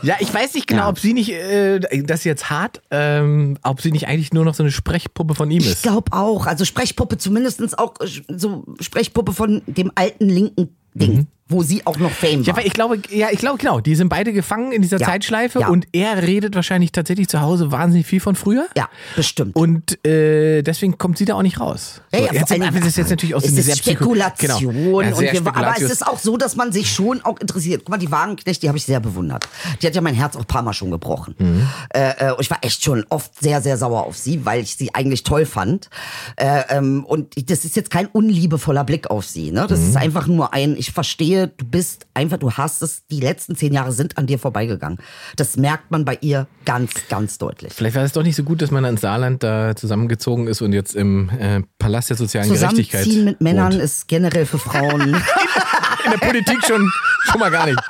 Ja, ich weiß nicht genau, ob sie nicht, äh, das ist jetzt hart, ähm, ob sie nicht eigentlich nur noch so eine Sprechpuppe von ihm
Ich
ist.
glaube auch. Also Sprechpuppe zumindestens auch äh, so Sprechpuppe von dem alten linken Ding, wo sie auch noch Fame
Ja,
war.
weil ich glaube, ja, ich glaube, genau, die sind beide gefangen in dieser
Ja.
Zeitschleife
Ja.
und er redet wahrscheinlich tatsächlich zu Hause wahnsinnig viel von früher.
Ja, bestimmt.
Und äh, deswegen kommt sie da auch nicht raus.
Ja, ja,
So, jetzt,
vor
das
allen
ist jetzt
Dingen-
natürlich auch so
es
eine
ist
sehr Psycho-
Spekulation.
Genau. Ja,
und
sehr
wir, aber
Spekulation.
es ist auch so, dass man sich schon auch interessiert. Guck mal, die Wagenknecht, die habe ich sehr bewundert. Die hat ja mein Herz auch ein paar Mal schon gebrochen.
Mhm.
Äh, äh, und ich war echt schon oft sehr, sehr sauer auf sie, weil ich sie eigentlich toll fand. Äh, ähm, und ich- das ist jetzt kein unliebevoller Blick auf sie. Ne?
Mhm.
Das ist einfach nur ein, ich verstehe, du bist einfach, du hast es, die letzten zehn Jahre sind an dir vorbeigegangen. Das merkt man bei ihr ganz, ganz deutlich.
Vielleicht war es doch nicht so gut, dass man ins Saarland da zusammengezogen ist und jetzt im äh, Palast der sozialen Gerechtigkeit.
Zusammenziehen mit Männern
wohnt.
ist generell für Frauen.
in der Politik schon, schon mal gar nicht.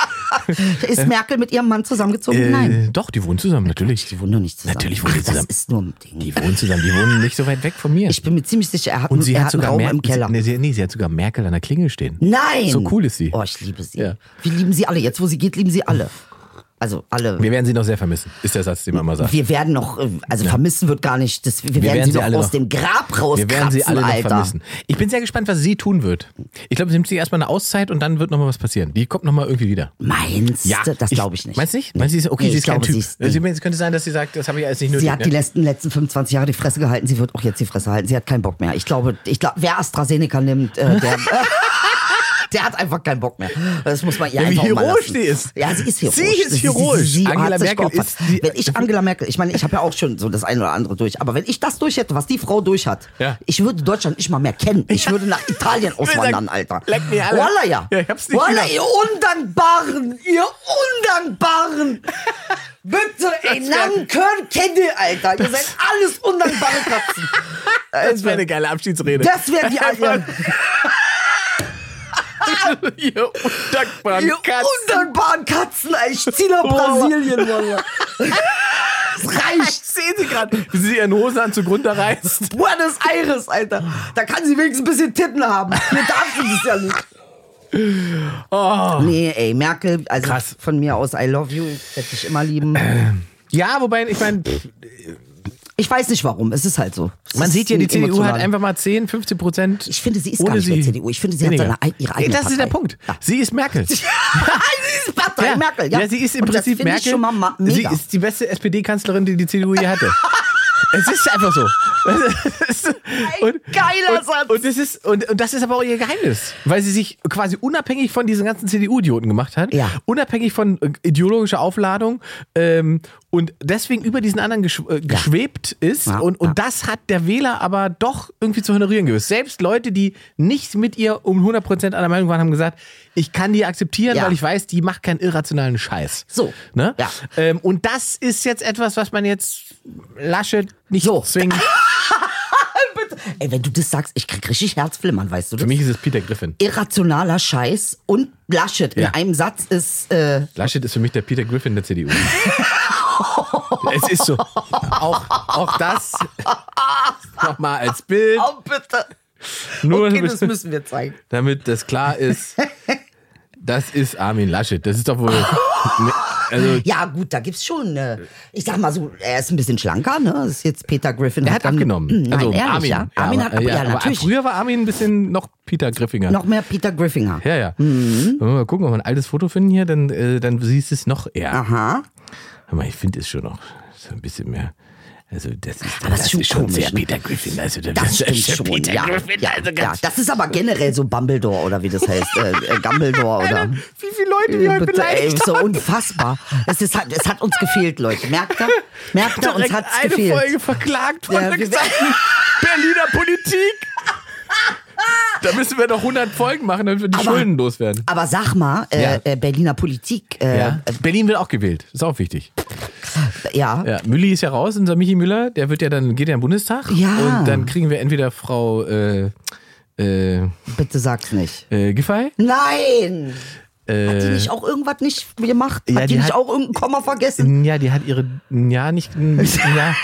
Ist Merkel mit ihrem Mann zusammengezogen?
Äh,
Nein.
Doch, die wohnen zusammen, natürlich.
Die wohnen doch nicht zusammen.
Natürlich wohnen die
Ach,
zusammen.
Das ist nur ein Ding.
Die wohnen zusammen, die wohnen nicht so weit weg von mir.
Ich bin mir ziemlich sicher, er hat,
und sie
er
hat,
hat einen
sogar
Raum
Merkel,
im Keller.
Nee, sie- nee, sie hat sogar Merkel an der Klingel stehen.
Nein!
So cool ist sie.
Oh, ich liebe sie.
Ja.
Wir lieben sie alle. Jetzt, wo sie geht, lieben sie alle. Also alle.
Wir werden sie noch sehr vermissen, ist der Satz, den man immer sagt.
Wir werden noch, äh, also vermissen wird gar nicht, das, wir, werden, sie
alle
noch aus
noch-
dem Grab rauskratzen,
Wir werden sie alle noch
Alter.
vermissen. Ich bin sehr gespannt, was sie tun wird. Ich glaube, sie nimmt sich erstmal eine Auszeit und dann wird nochmal was passieren. Die kommt nochmal irgendwie wieder.
Meinst du? das glaube ich nicht.
Meinst du nicht? Meinst du, sie ist- okay,
Nee,
sie
ich
ist kein
glaube,
Typ.
sie
Es
ist- nee.
könnte sein, dass sie sagt, das habe ich alles nicht nötig. ne?
Sie hat die letzten, letzten 25 Jahre die Fresse gehalten, sie wird auch jetzt die Fresse halten. Sie hat keinen Bock mehr. Ich glaube, ich glaub, wer AstraZeneca nimmt, äh, der, der hat einfach keinen Bock mehr. Das muss man ihr
Ja, wie
einfach auch mal
heroisch
lassen.
sie ist.
Ja, sie ist heroisch.
Sie ist heroisch. Angela
hat sich
Merkel
geopfert.
ist die-
Wenn ich Angela Merkel, ich meine, ich habe ja auch schon so das eine oder andere durch, aber wenn ich das durch hätte, was die Frau durch hat,
Ja.
ich würde Deutschland nicht mal mehr kennen. Ich würde nach Italien
würde
auswandern,
sagen,
Alter.
leck mir alle.
Wallah, ja.
Ja, ich hab's nicht
Wallah,
gedacht.
ihr Undankbaren, ihr Undankbaren. Bitte, ey, Nankenkörn Kette, Alter. Ihr seid alles undankbare Katzen.
Das wäre eine geile Abschiedsrede.
Also, Das wären die alten,
Ihr undankbaren
ihr undankbaren Katzen, ey. Ich zieh
Oh.
nach Brasilien, Mann. Das reicht.
Sehen Sie gerade, wie sie ihren Hosenanzug runterreißt.
Buenos Aires, Alter. Da kann sie wenigstens ein bisschen Titten haben. Hier darf sie das ja nicht.
Oh.
Nee, ey, Merkel, also
Krass.
von mir aus I love you, werd dich immer lieben.
Ja, wobei, ich meine,
Ich weiß nicht warum, es ist halt so. Es
Man
ist
sieht ja,
ein
die CDU hat
emotionaler-
einfach mal 10, 15 Prozent.
Ich finde, sie ist gar nicht mehr CDU. Ich finde, sie hat seine ei- ihre eigene
Das ist der
Partei.
Punkt.
Ja.
Sie ist Merkel.
sie ist Partei Merkel, ja.
sie ist im
Und das
Prinzip
finde
Merkel.
Ich schon mal ma-
Sie
mega.
ist die beste SPD-Kanzlerin, die die CDU je hatte. es ist einfach so. und,
geiler
und,
Satz.
Und das, ist, und, und das ist aber auch ihr Geheimnis, weil sie sich quasi unabhängig von diesen ganzen CDU-Idioten gemacht hat,
Ja.
unabhängig von äh, ideologischer Aufladung ähm, und deswegen über diesen anderen geschw äh, geschwebt ist.
Ja,
Und, und
ja.
das hat der Wähler aber doch irgendwie zu honorieren gewusst. Selbst Leute, die nicht mit ihr um 100% einer Meinung waren, haben gesagt, ich kann die akzeptieren,
Ja.
weil ich weiß, die macht keinen irrationalen Scheiß.
So.
Ne?
Ja.
Ähm, und das ist jetzt etwas, was man jetzt Laschet nicht
So.
zwingend.
Ey, wenn du das sagst, ich krieg richtig Herzflimmern, weißt du das?
Für mich ist es Peter Griffin.
Irrationaler Scheiß und Laschet
Ja.
in einem Satz ist, äh,
Laschet ist für mich der Peter Griffin der CDU. es ist so. Auch, auch das nochmal als Bild,
oh bitte,
nur
okay,
damit-
das müssen wir zeigen.
damit das klar ist. Das ist Armin Laschet. Das ist doch wohl. Ne, Also,
Ja gut, da gibt's schon, äh, ich sag mal so, er ist ein bisschen schlanker, ne? Das ist jetzt Peter Griffin.
er hat
dann- Hm,
abgenommen.
Nein,
Also,
ehrlich,
Armin.
ja. Armin
aber- äh,
hat, ja,
aber
natürlich.
Früher war Armin ein bisschen noch Peter Griffinger.
Noch Mhm. mehr Peter Griffinger.
Ja, ja. Wollen wir mal gucken, ob wir ein altes Foto finden hier, dann, äh, dann siehst du es noch eher.
Aha.
Aber ich finde es schon noch so ein bisschen mehr. Also das ist,
Aber es ist
das
schon
ist schon
komisch,
sehr
ne?
Peter Griffin. Also
Das stimmt
ist der
schon,
Peter
ja.
Griffin.
ja,
also
ja.
ganz
Das ist aber generell so Dumbledore oder wie das heißt. Äh, äh, Dumbledore oder.
Wie viele
Äh,
Leute wir heute beleidigt
ist so
haben.
unfassbar. Es, ist, halt- es hat uns gefehlt, Leute. Merkt ihr? Merkt ihr, uns
Direkt
hat's
eine
gefehlt.
Folge verklagt von
Ja,
der
wir-
gesamten Berliner Politik. Da müssen wir noch 100 Folgen machen, damit wir die
Aber-
Schulden loswerden.
Aber sag mal, äh,
Ja.
äh, Berliner Politik, äh, ja.
Ja. Berlin wird auch gewählt. Ist auch wichtig.
ja.
Ja, Mülli ist ja raus, unser Michi Müller, der wird ja dann, geht ja in den Bundestag.
Ja.
Und dann kriegen wir entweder Frau äh, äh,
bitte sag's nicht.
äh, Giffey.
Nein! Hat die
Äh,
nicht auch irgendwas nicht gemacht? Hat
ja, die
die, nicht
hat-
auch irgendein Komma vergessen?
ja, die hat ihre, ja, nicht, ja,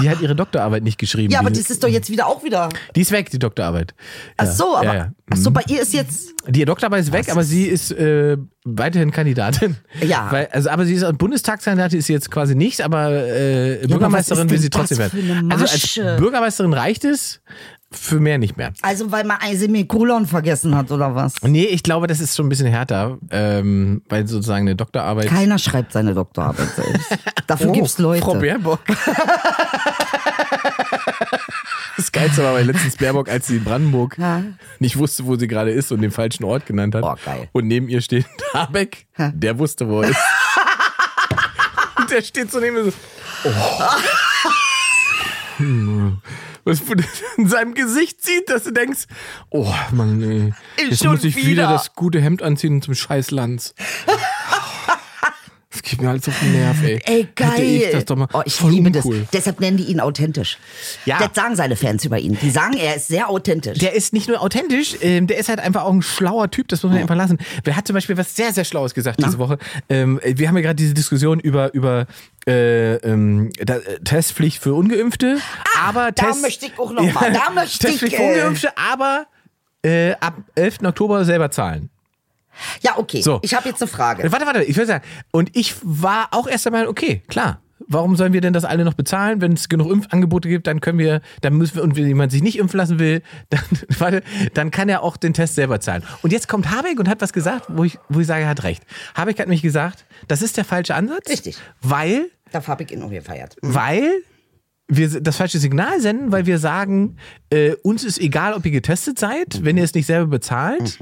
die hat ihre Doktorarbeit nicht geschrieben.
Ja, aber
die,
das ist doch jetzt wieder auch wieder.
die ist weg, die Doktorarbeit.
Ach
Ja,
so, aber
Ja, Mhm. ja.
Ach so, bei ihr ist jetzt.
Die Doktorarbeit ist weg, aber sie ist äh, weiterhin Kandidatin.
Ja.
Weil, also, aber sie ist Bundestagskandidatin ist sie jetzt quasi nicht, aber äh, Bürgermeisterin
was ist
will
denn
sie trotzdem
das für
werden.
eine
Also als
Masche?
Bürgermeisterin reicht es, für mehr nicht mehr.
Also, weil man ein Semikolon vergessen hat, oder was?
Nee, ich glaube, das ist schon ein bisschen härter, ähm, weil sozusagen eine Doktorarbeit.
Keiner schreibt seine Doktorarbeit selbst. Dafür gibt's Leute.
Oh, Frau Baerbock. Das Geilste war bei letztens Baerbock, als sie in Brandenburg
Ja.
nicht wusste, wo sie gerade ist und den falschen Ort genannt hat.
Oh, geil.
Und neben ihr steht Habeck, der wusste, wo er ist. und der steht so neben ihr so. Oh. Was du in seinem Gesicht sieht, dass du denkst, oh Mann, ey, jetzt
schon
muss ich wieder.
wieder.
das gute Hemd anziehen zum scheiß Lanz. Das geht mir halt so auf den Nerv, ey.
Ey, geil.
Hätte ich das doch mal.
oh, ich
Voll
liebe
uncool.
das. Deshalb nennen die ihn authentisch.
Ja.
Das sagen seine Fans über ihn. Die sagen, er ist sehr authentisch.
Der ist nicht nur authentisch, ähm, der ist halt einfach auch ein schlauer Typ, das muss man einfach lassen. Wer hat zum Beispiel was sehr, sehr Schlaues gesagt diese Woche? Ähm, wir haben ja gerade diese Diskussion über, über äh, ähm, da, äh, Testpflicht für Ungeimpfte. aber
Ah, da
Test,
möchte ich auch noch mal, da möchte ich,
Testpflicht für
äh,
Ungeimpfte, aber äh, ab 11. Oktober selber zahlen.
ja, okay.
So.
Ich habe jetzt eine Frage.
Warte, warte, ich würde sagen, und ich war auch erst einmal, okay, klar. Warum sollen wir denn das alle noch bezahlen? Wenn es genug Impfangebote gibt, dann können wir, dann müssen wir, und wenn jemand sich nicht impfen lassen will, dann, warte, dann kann er auch den Test selber zahlen. Und jetzt kommt Habeck und hat was gesagt, wo ich, wo ich sage, er hat recht. Habeck hat mich gesagt, das ist der falsche Ansatz.
Richtig.
Weil
Da habe ich ihn auch gefeiert.
weil wir das falsche Signal senden, weil wir sagen, äh, uns ist egal, ob ihr getestet
Mhm.
seid, wenn ihr es nicht selber bezahlt.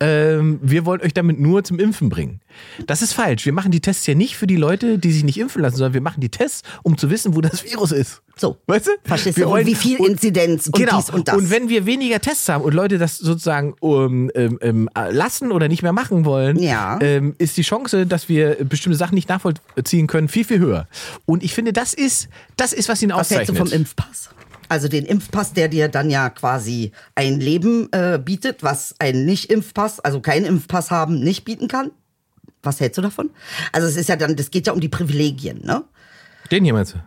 Ähm, wir wollen euch damit nur zum Impfen bringen. Das ist falsch. Wir machen die Tests ja nicht für die Leute, die sich nicht impfen lassen, sondern wir machen die Tests, um zu wissen, wo das Virus ist.
So.
Weißt du?
Verstehst
Wir
du?
wollen-
und wie viel
und-
Inzidenz und
genau.
dies und das.
Und wenn wir weniger Tests haben und Leute das sozusagen ähm, ähm, ähm, lassen oder nicht mehr machen wollen,
Ja.
ähm, ist die Chance, dass wir bestimmte Sachen nicht nachvollziehen können, viel, viel höher. Und ich finde, das ist, das ist, was ihn
Was hältst du
auszeichnet.
vom Impfpass? Also den Impfpass, der dir dann ja quasi ein Leben äh, bietet, was ein Nicht-Impfpass, also keinen Impfpass haben, nicht bieten kann. Was hältst du davon? Also es ist ja dann, das geht ja um die Privilegien, ne?
Den hier meinst du?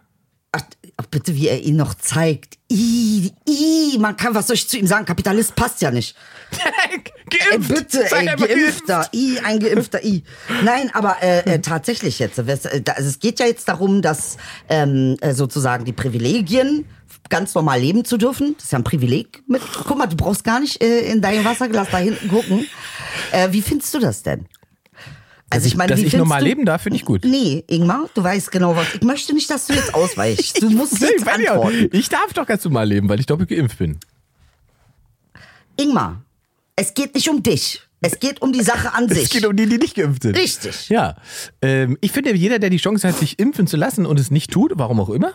Ach, ach, bitte, wie er ihn noch zeigt. I, I, man kann, was soll ich zu ihm sagen? Kapitalist passt ja nicht. Ey,
Geimpft!
Äh, bitte,
Sei
ey,
einfach
Geimpfter, I, ein Geimpfter, I. Nein, aber äh, äh, tatsächlich jetzt, äh, wes- äh, da- also es geht ja jetzt darum, dass ähm, äh, sozusagen die Privilegien ganz normal leben zu dürfen. Das ist ja ein Privileg. Mit, guck mal, du brauchst gar nicht äh, in dein Wasserglas da hinten gucken. Äh, wie findest du das denn? Also ich meine,
dass
wie
ich
findest
normal
du-
leben darf, finde ich gut.
Nee, Ingmar, du weißt genau was. Ich möchte nicht, dass du jetzt ausweichst. Du musst
Nee,
jetzt
weiß ich, auch.
antworten.
ich darf doch ganz normal leben, weil ich doppelt geimpft bin.
Ingmar, es geht nicht um dich. Es geht um die Sache an sich.
Es geht um die, die nicht geimpft sind.
Richtig.
Ja. Ähm, ich finde, jeder, der die Chance hat, sich impfen zu lassen und es nicht tut, warum auch immer,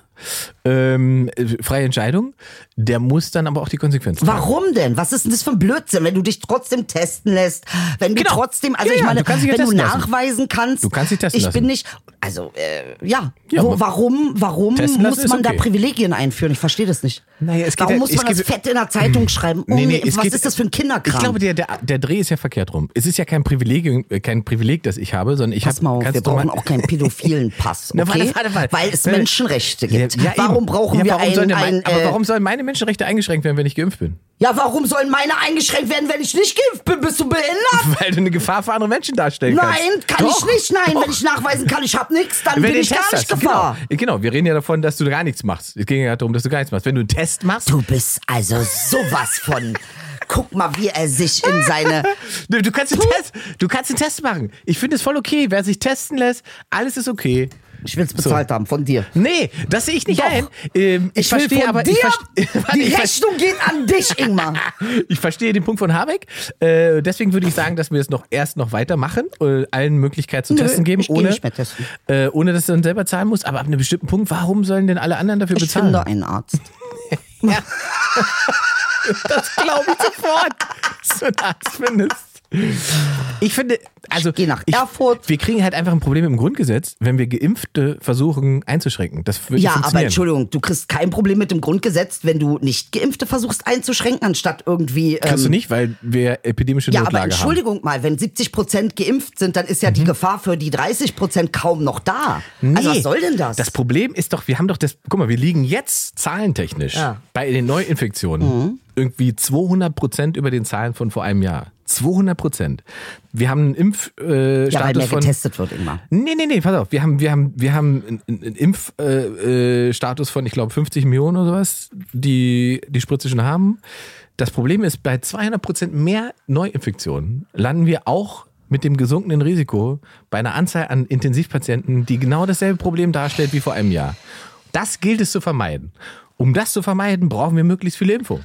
ähm, äh, freie Entscheidung, der muss dann aber auch die Konsequenzen tragen.
Warum denn? Was ist denn das für ein Blödsinn, wenn du dich trotzdem testen lässt? Wenn du
Genau.
trotzdem, also
Ja,
ich
ja,
meine,
du kannst dich ja
wenn du
testen lassen.
nachweisen kannst,
Du kannst dich testen
ich bin
lassen.
nicht, also äh, ja,
Ja,
Wo,
aber-
warum, warum
Testen lassen
muss
ist
man da
okay.
Privilegien einführen? Ich verstehe das nicht.
Naja, es geht
warum
ja-
muss
es
man das
geht- Hm.
fett in der Zeitung schreiben? Ungeimpft?
es
was
geht-
ist das für ein Kinderkram?
Ich glaube, der, der, der Dreh ist ja verkehrt rum. Es ist ja kein Privileg, äh, kein Privileg das ich habe, sondern ich habe.
Pass mal auf, wir brauchen auch keinen pädophilen Pass, okay?
Na, warte, warte, warte.
Weil es
Weil-
Menschenrechte
Ja,
gibt.
ja,
warum
eben.
brauchen
ja,
wir
warum sollen
einen,
denn mein-
einen
Aber
äh,
warum sollen meine Menschenrechte eingeschränkt werden, wenn ich geimpft bin?
ja, warum sollen meine eingeschränkt werden, wenn ich nicht geimpft bin? Bist du behindert?
Weil du eine Gefahr für andere Menschen darstellen kannst.
Nein, kann
Doch.
ich nicht. Nein,
Doch.
wenn ich nachweisen kann, ich hab nichts, dann
Wenn
bin
du
ich
einen
gar
Test
nicht
hast,
Gefahr.
Genau. genau, wir reden ja davon, dass du gar nichts machst. Es ging ja darum, dass du gar nichts machst. Wenn du einen Test machst,
Du bist also sowas von. Guck mal, wie er sich in seine.
du, du, kannst den Test, du kannst den Test machen. Ich finde es voll okay. Wer sich testen lässt, alles ist okay.
Ich will's bezahlt haben von dir.
Nee, das sehe ich nicht
Doch.
ein. Ähm, ich,
Ich
verstehe
verstehe
aber
dir.
ich, verste- Warte,
die
ich, verste-
Rechnung geht an dich, Ingmar.
ich verstehe den Punkt von Habeck. Äh, deswegen würde ich sagen, dass wir es noch erst noch weitermachen, äh, allen Möglichkeit zu
Nö,
testen geben,
ich geh
ohne,
nicht mehr testen.
Äh, ohne dass du dann selber zahlen musst. Aber ab einem bestimmten Punkt, warum sollen denn alle anderen dafür
Ich
bezahlen?
finde einen Arzt.
Das glaube ich sofort, dass du das findest. Ich finde, also.
Ich geh nach Erfurt.
Wir kriegen halt einfach ein Problem im Grundgesetz, wenn wir Geimpfte versuchen einzuschränken. Das wird nicht
Ja, aber
funktionieren.
Entschuldigung, du kriegst kein Problem mit dem Grundgesetz, wenn du nicht Geimpfte versuchst einzuschränken, anstatt irgendwie. Ähm,
Kriegst du nicht, weil wir epidemische
ja, aber
Notlage haben. Mhm.
Entschuldigung mal, wenn 70 Prozent geimpft sind, dann ist ja die Gefahr für die 30 Prozent kaum noch da. Also was soll denn das?
Das Problem ist doch, wir haben doch das, guck mal, wir liegen jetzt zahlentechnisch
Ja. Mhm.
bei den Neuinfektionen irgendwie 200 Prozent über den Zahlen von vor einem Jahr. 200 Prozent. Wir haben einen Impfstatus äh,
ja, weil
Status
mehr
von...
getestet wird, Ingmar.
Nee, nee, nee, pass auf. Wir haben, wir haben, wir haben einen- einen einen Impfstatus äh, Status von, ich glaube, 50 Millionen oder sowas, die die Spritze schon haben. Das Problem ist, bei 200 Prozent mehr Neuinfektionen landen wir auch mit dem gesunkenen Risiko bei einer Anzahl an Intensivpatienten, die genau dasselbe Problem darstellt wie vor einem Jahr. Das gilt es zu vermeiden. Um das zu vermeiden, brauchen wir möglichst viele Impfungen.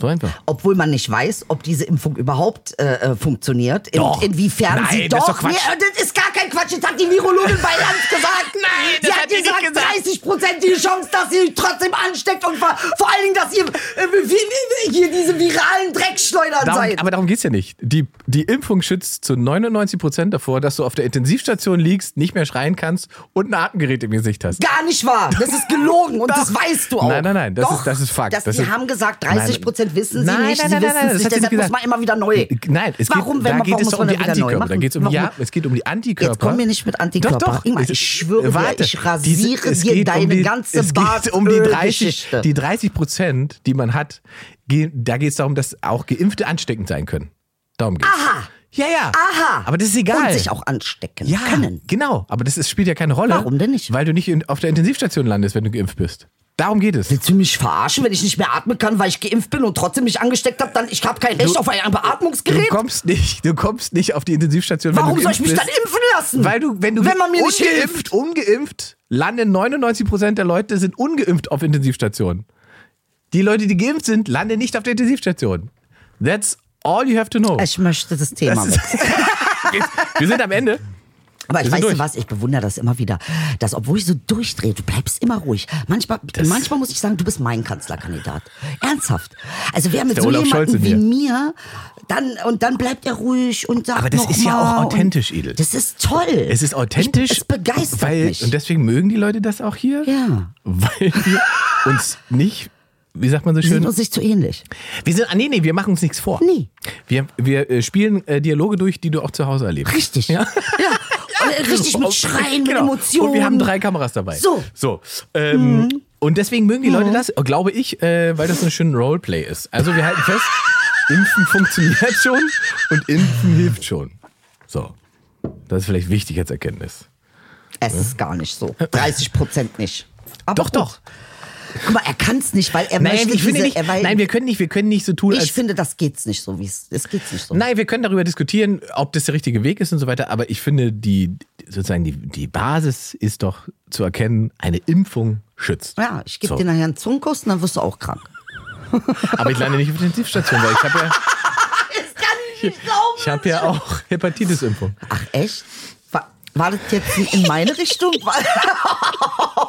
So einfach.
obwohl man nicht weiß, ob diese Impfung überhaupt äh, äh, funktioniert. In,
Doch.
Inwiefern
Nein,
sie
das ist
doch.
doch Quatsch.
Nee, das ist gar kein Quatsch. Das hat die Virologin bei Land gesagt. Nein,
das
sie hat,
hat die nicht
gesagt,
gesagt.
30 die Chance, dass sie trotzdem ansteckt und vor, vor allen Dingen, dass ihr äh, wie, wie, wie, hier diese viralen Dreckschleudern
Darum,
seid.
aber darum geht's ja nicht. Die, die Impfung schützt zu 99 Prozent davor, dass du auf der Intensivstation liegst, nicht mehr schreien kannst und ein Atemgerät im Gesicht hast.
Gar nicht wahr. Das ist gelogen und das
Doch.
weißt du auch.
Nein, nein, nein, das
Doch,
ist- das ist Fakt.
Dass
Das
die
ist-
haben gesagt, 30 Prozent wissen sie
Nein,
nicht,
nein,
sie
nein,
wissen
nein,
es
das
nicht,
hat sie
deshalb
nicht
muss man
gesagt. Äh,
immer wieder neu.
Nein, es
warum,
geht,
wenn
da
man,
geht
warum
es
muss
doch
man
um die
da wieder neu
Antikörper. Da
machen?
geht's um,
Warum?
ja, es geht um die Antikörper.
Jetzt komm mir nicht mit Antikörper.
Doch, doch.
Ingmar,
Es-
ich schwöre dir,
warte.
ich rasiere
es
dir
geht um
deine
die,
ganze
es geht um die 30,
Bartölgeschichte.
die 30 Prozent, die man hat. Ge- Da geht es darum, dass auch Geimpfte ansteckend sein können. Darum geht's.
Aha.
Ja, ja.
Aha.
Aber das ist egal.
Und sich auch anstecken
ja,
können.
genau. Aber das ist, spielt ja keine Rolle.
Warum denn nicht?
Weil du nicht in, auf der Intensivstation landest, wenn du geimpft bist. Darum geht es.
Willst du mich verarschen, wenn ich nicht mehr atmen kann, weil ich geimpft bin und trotzdem mich angesteckt habe? Dann ich habe kein Recht auf ein
Du
Beatmungsgerät.
kommst nicht, du kommst nicht auf die Intensivstation. wenn
Warum
du
soll ich
geimpft
mich dann
bist.
impfen lassen?
Weil du, wenn du
wenn man mir nicht hilft.
ungeimpft, ungeimpft, landen 99% der Leute sind ungeimpft auf Intensivstationen. Die Leute, die geimpft sind, landen nicht auf der Intensivstation. That's all you have to know.
Ich möchte das Thema
Das ist-
wechseln.
wir, wir sind am Ende.
Aber ich
Wir sind
weiß
durch.
du was, ich bewundere das immer wieder, dass obwohl ich so durchdrehe, du bleibst immer ruhig. Manchmal, manchmal muss ich sagen, du bist mein Kanzlerkandidat. Ernsthaft. Also wer mit
der
so
Olaf Scholz
jemandem
in
wie
mir.
mir, dann und dann bleibt er ruhig und sagt
Aber das
noch
ist ja
mal
auch
und-
authentisch, Edel.
Das ist toll.
Es ist authentisch.
Ich, es begeistert
weil,
mich.
Und deswegen mögen die Leute das auch hier.
Ja.
Weil wir uns nicht, wie sagt man so
Wir
schön,
sind uns nicht zu ähnlich.
wir sind, ah, nee, nee, wir machen uns nichts vor.
Nee.
Wir, wir äh, spielen äh, Dialoge durch, die du auch zu Hause erlebst.
Richtig.
Ja.
Und, äh, Richtig mit Schreien, mit
Genau.
Emotionen.
Und wir haben drei Kameras dabei.
So. Mhm.
So. Ähm, äh, Und deswegen mögen die Leute das, glaube ich, äh, weil das so ein schöner Roleplay ist. Also wir halten fest, Impfen funktioniert schon und Impfen hilft schon. So. Das ist vielleicht wichtig als Erkenntnis.
Es ist gar nicht so. 30 Prozent nicht. Aber
Äh, Doch,
gut.
doch.
Guck mal, er kann es nicht, weil er
Nein,
möchte
ich finde
diese,
nicht,
er- weil
nein, wir können nicht, wir können nicht so tun,
ich
als
finde, das geht's nicht so, wie es, es geht's nicht so.
Nein, wir können darüber diskutieren, ob das der richtige Weg ist und so weiter, aber ich finde, die, sozusagen, die, die Basis ist doch zu erkennen, eine Impfung schützt.
Ja, ich gebe
So.
dir nachher einen Zungenkuss und dann wirst du auch krank.
Aber ich lande nicht auf der Intensivstation, weil ich habe ja,
Das kann ich nicht glauben.
ich hab ja auch Hepatitis-Impfung.
Ach, echt? War, war das jetzt in meine Richtung? War-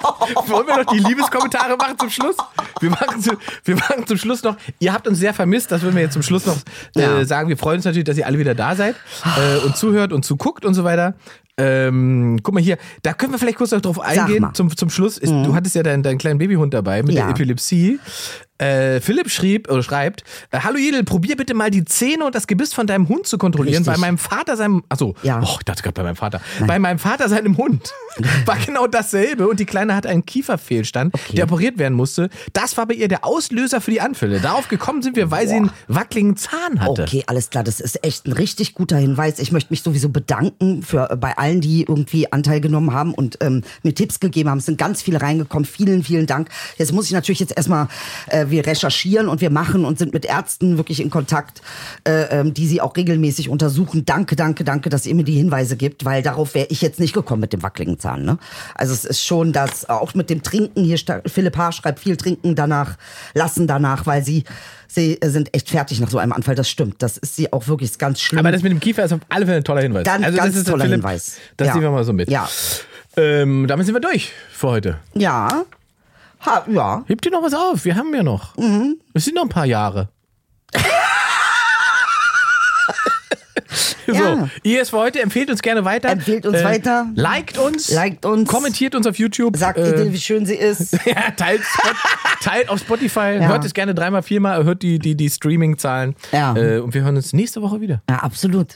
Wollen wir noch die Liebeskommentare machen zum Schluss? Wir machen, zu, wir machen zum Schluss noch, ihr habt uns sehr vermisst, das würden wir jetzt zum Schluss noch äh,
Ja.
sagen. Wir freuen uns natürlich, dass ihr alle wieder da seid äh, und zuhört und zuguckt und so weiter. Ähm, guck mal hier, da können wir vielleicht kurz noch drauf eingehen.
mal. Mhm.
Zum, zum Schluss, ist, du hattest ja deinen, deinen kleinen Babyhund dabei mit
Ja.
der Epilepsie. Äh, Philipp schrieb oder schreibt: äh, Hallo Jedel, probier bitte mal die Zähne und das Gebiss von deinem Hund zu kontrollieren.
Richtig.
Bei meinem Vater, seinem. Achso,
Ja.
oh, ich dachte gerade bei meinem Vater. Bei meinem Vater, seinem Hund, war genau dasselbe und die Kleine hatte einen Kieferfehlstand, der operiert werden musste. Das war bei ihr der Auslöser für die Anfälle. Darauf gekommen sind wir, weil sie einen wackeligen Zahn hatte.
Okay, alles klar, das ist echt ein richtig guter Hinweis. Ich möchte mich sowieso bedanken für äh, bei allen, die irgendwie Anteil genommen haben und ähm, mir Tipps gegeben haben. Es sind ganz viele reingekommen. Vielen, vielen Dank. Jetzt muss ich natürlich jetzt erstmal, äh, wir recherchieren und wir machen und sind mit Ärzten wirklich in Kontakt, äh, ähm, die sie auch regelmäßig untersuchen. Danke, danke, danke, dass ihr mir die Hinweise gibt, weil darauf wäre ich jetzt nicht gekommen mit dem wackeligen Zahn. Ne? Also es ist schon das, auch mit dem Trinken hier, sta- Philipp Haar schreibt viel trinken danach, lassen danach, weil sie Sie äh, sind echt fertig nach so einem Anfall, das stimmt. Das ist sie auch wirklich ist ganz schlimm.
Aber das mit dem Kiefer ist auf alle Fälle ein toller Hinweis.
Ganz,
also das
ganz
ist der
toller
Philipp,
Hinweis.
Das
Ja.
nehmen wir mal so mit.
Ja.
Ähm, damit sind wir durch für heute.
ja. Ha, ja.
Hebt ihr noch was auf? Wir haben ja noch.
Mhm.
Es sind noch ein paar Jahre. So,
Ja.
ihr ist für heute, empfehlt uns gerne weiter. Äh,
Empfehlt uns weiter.
Liked uns.
Liked uns.
Kommentiert uns auf YouTube.
Sagt
äh,
Idel, wie schön sie ist.
ja, teilt, Spot, teilt auf Spotify.
Ja.
Hört es gerne dreimal, viermal. Hört die, die, die Streaming-Zahlen.
Ja.
Äh, und wir hören uns nächste Woche wieder.
Ja, absolut.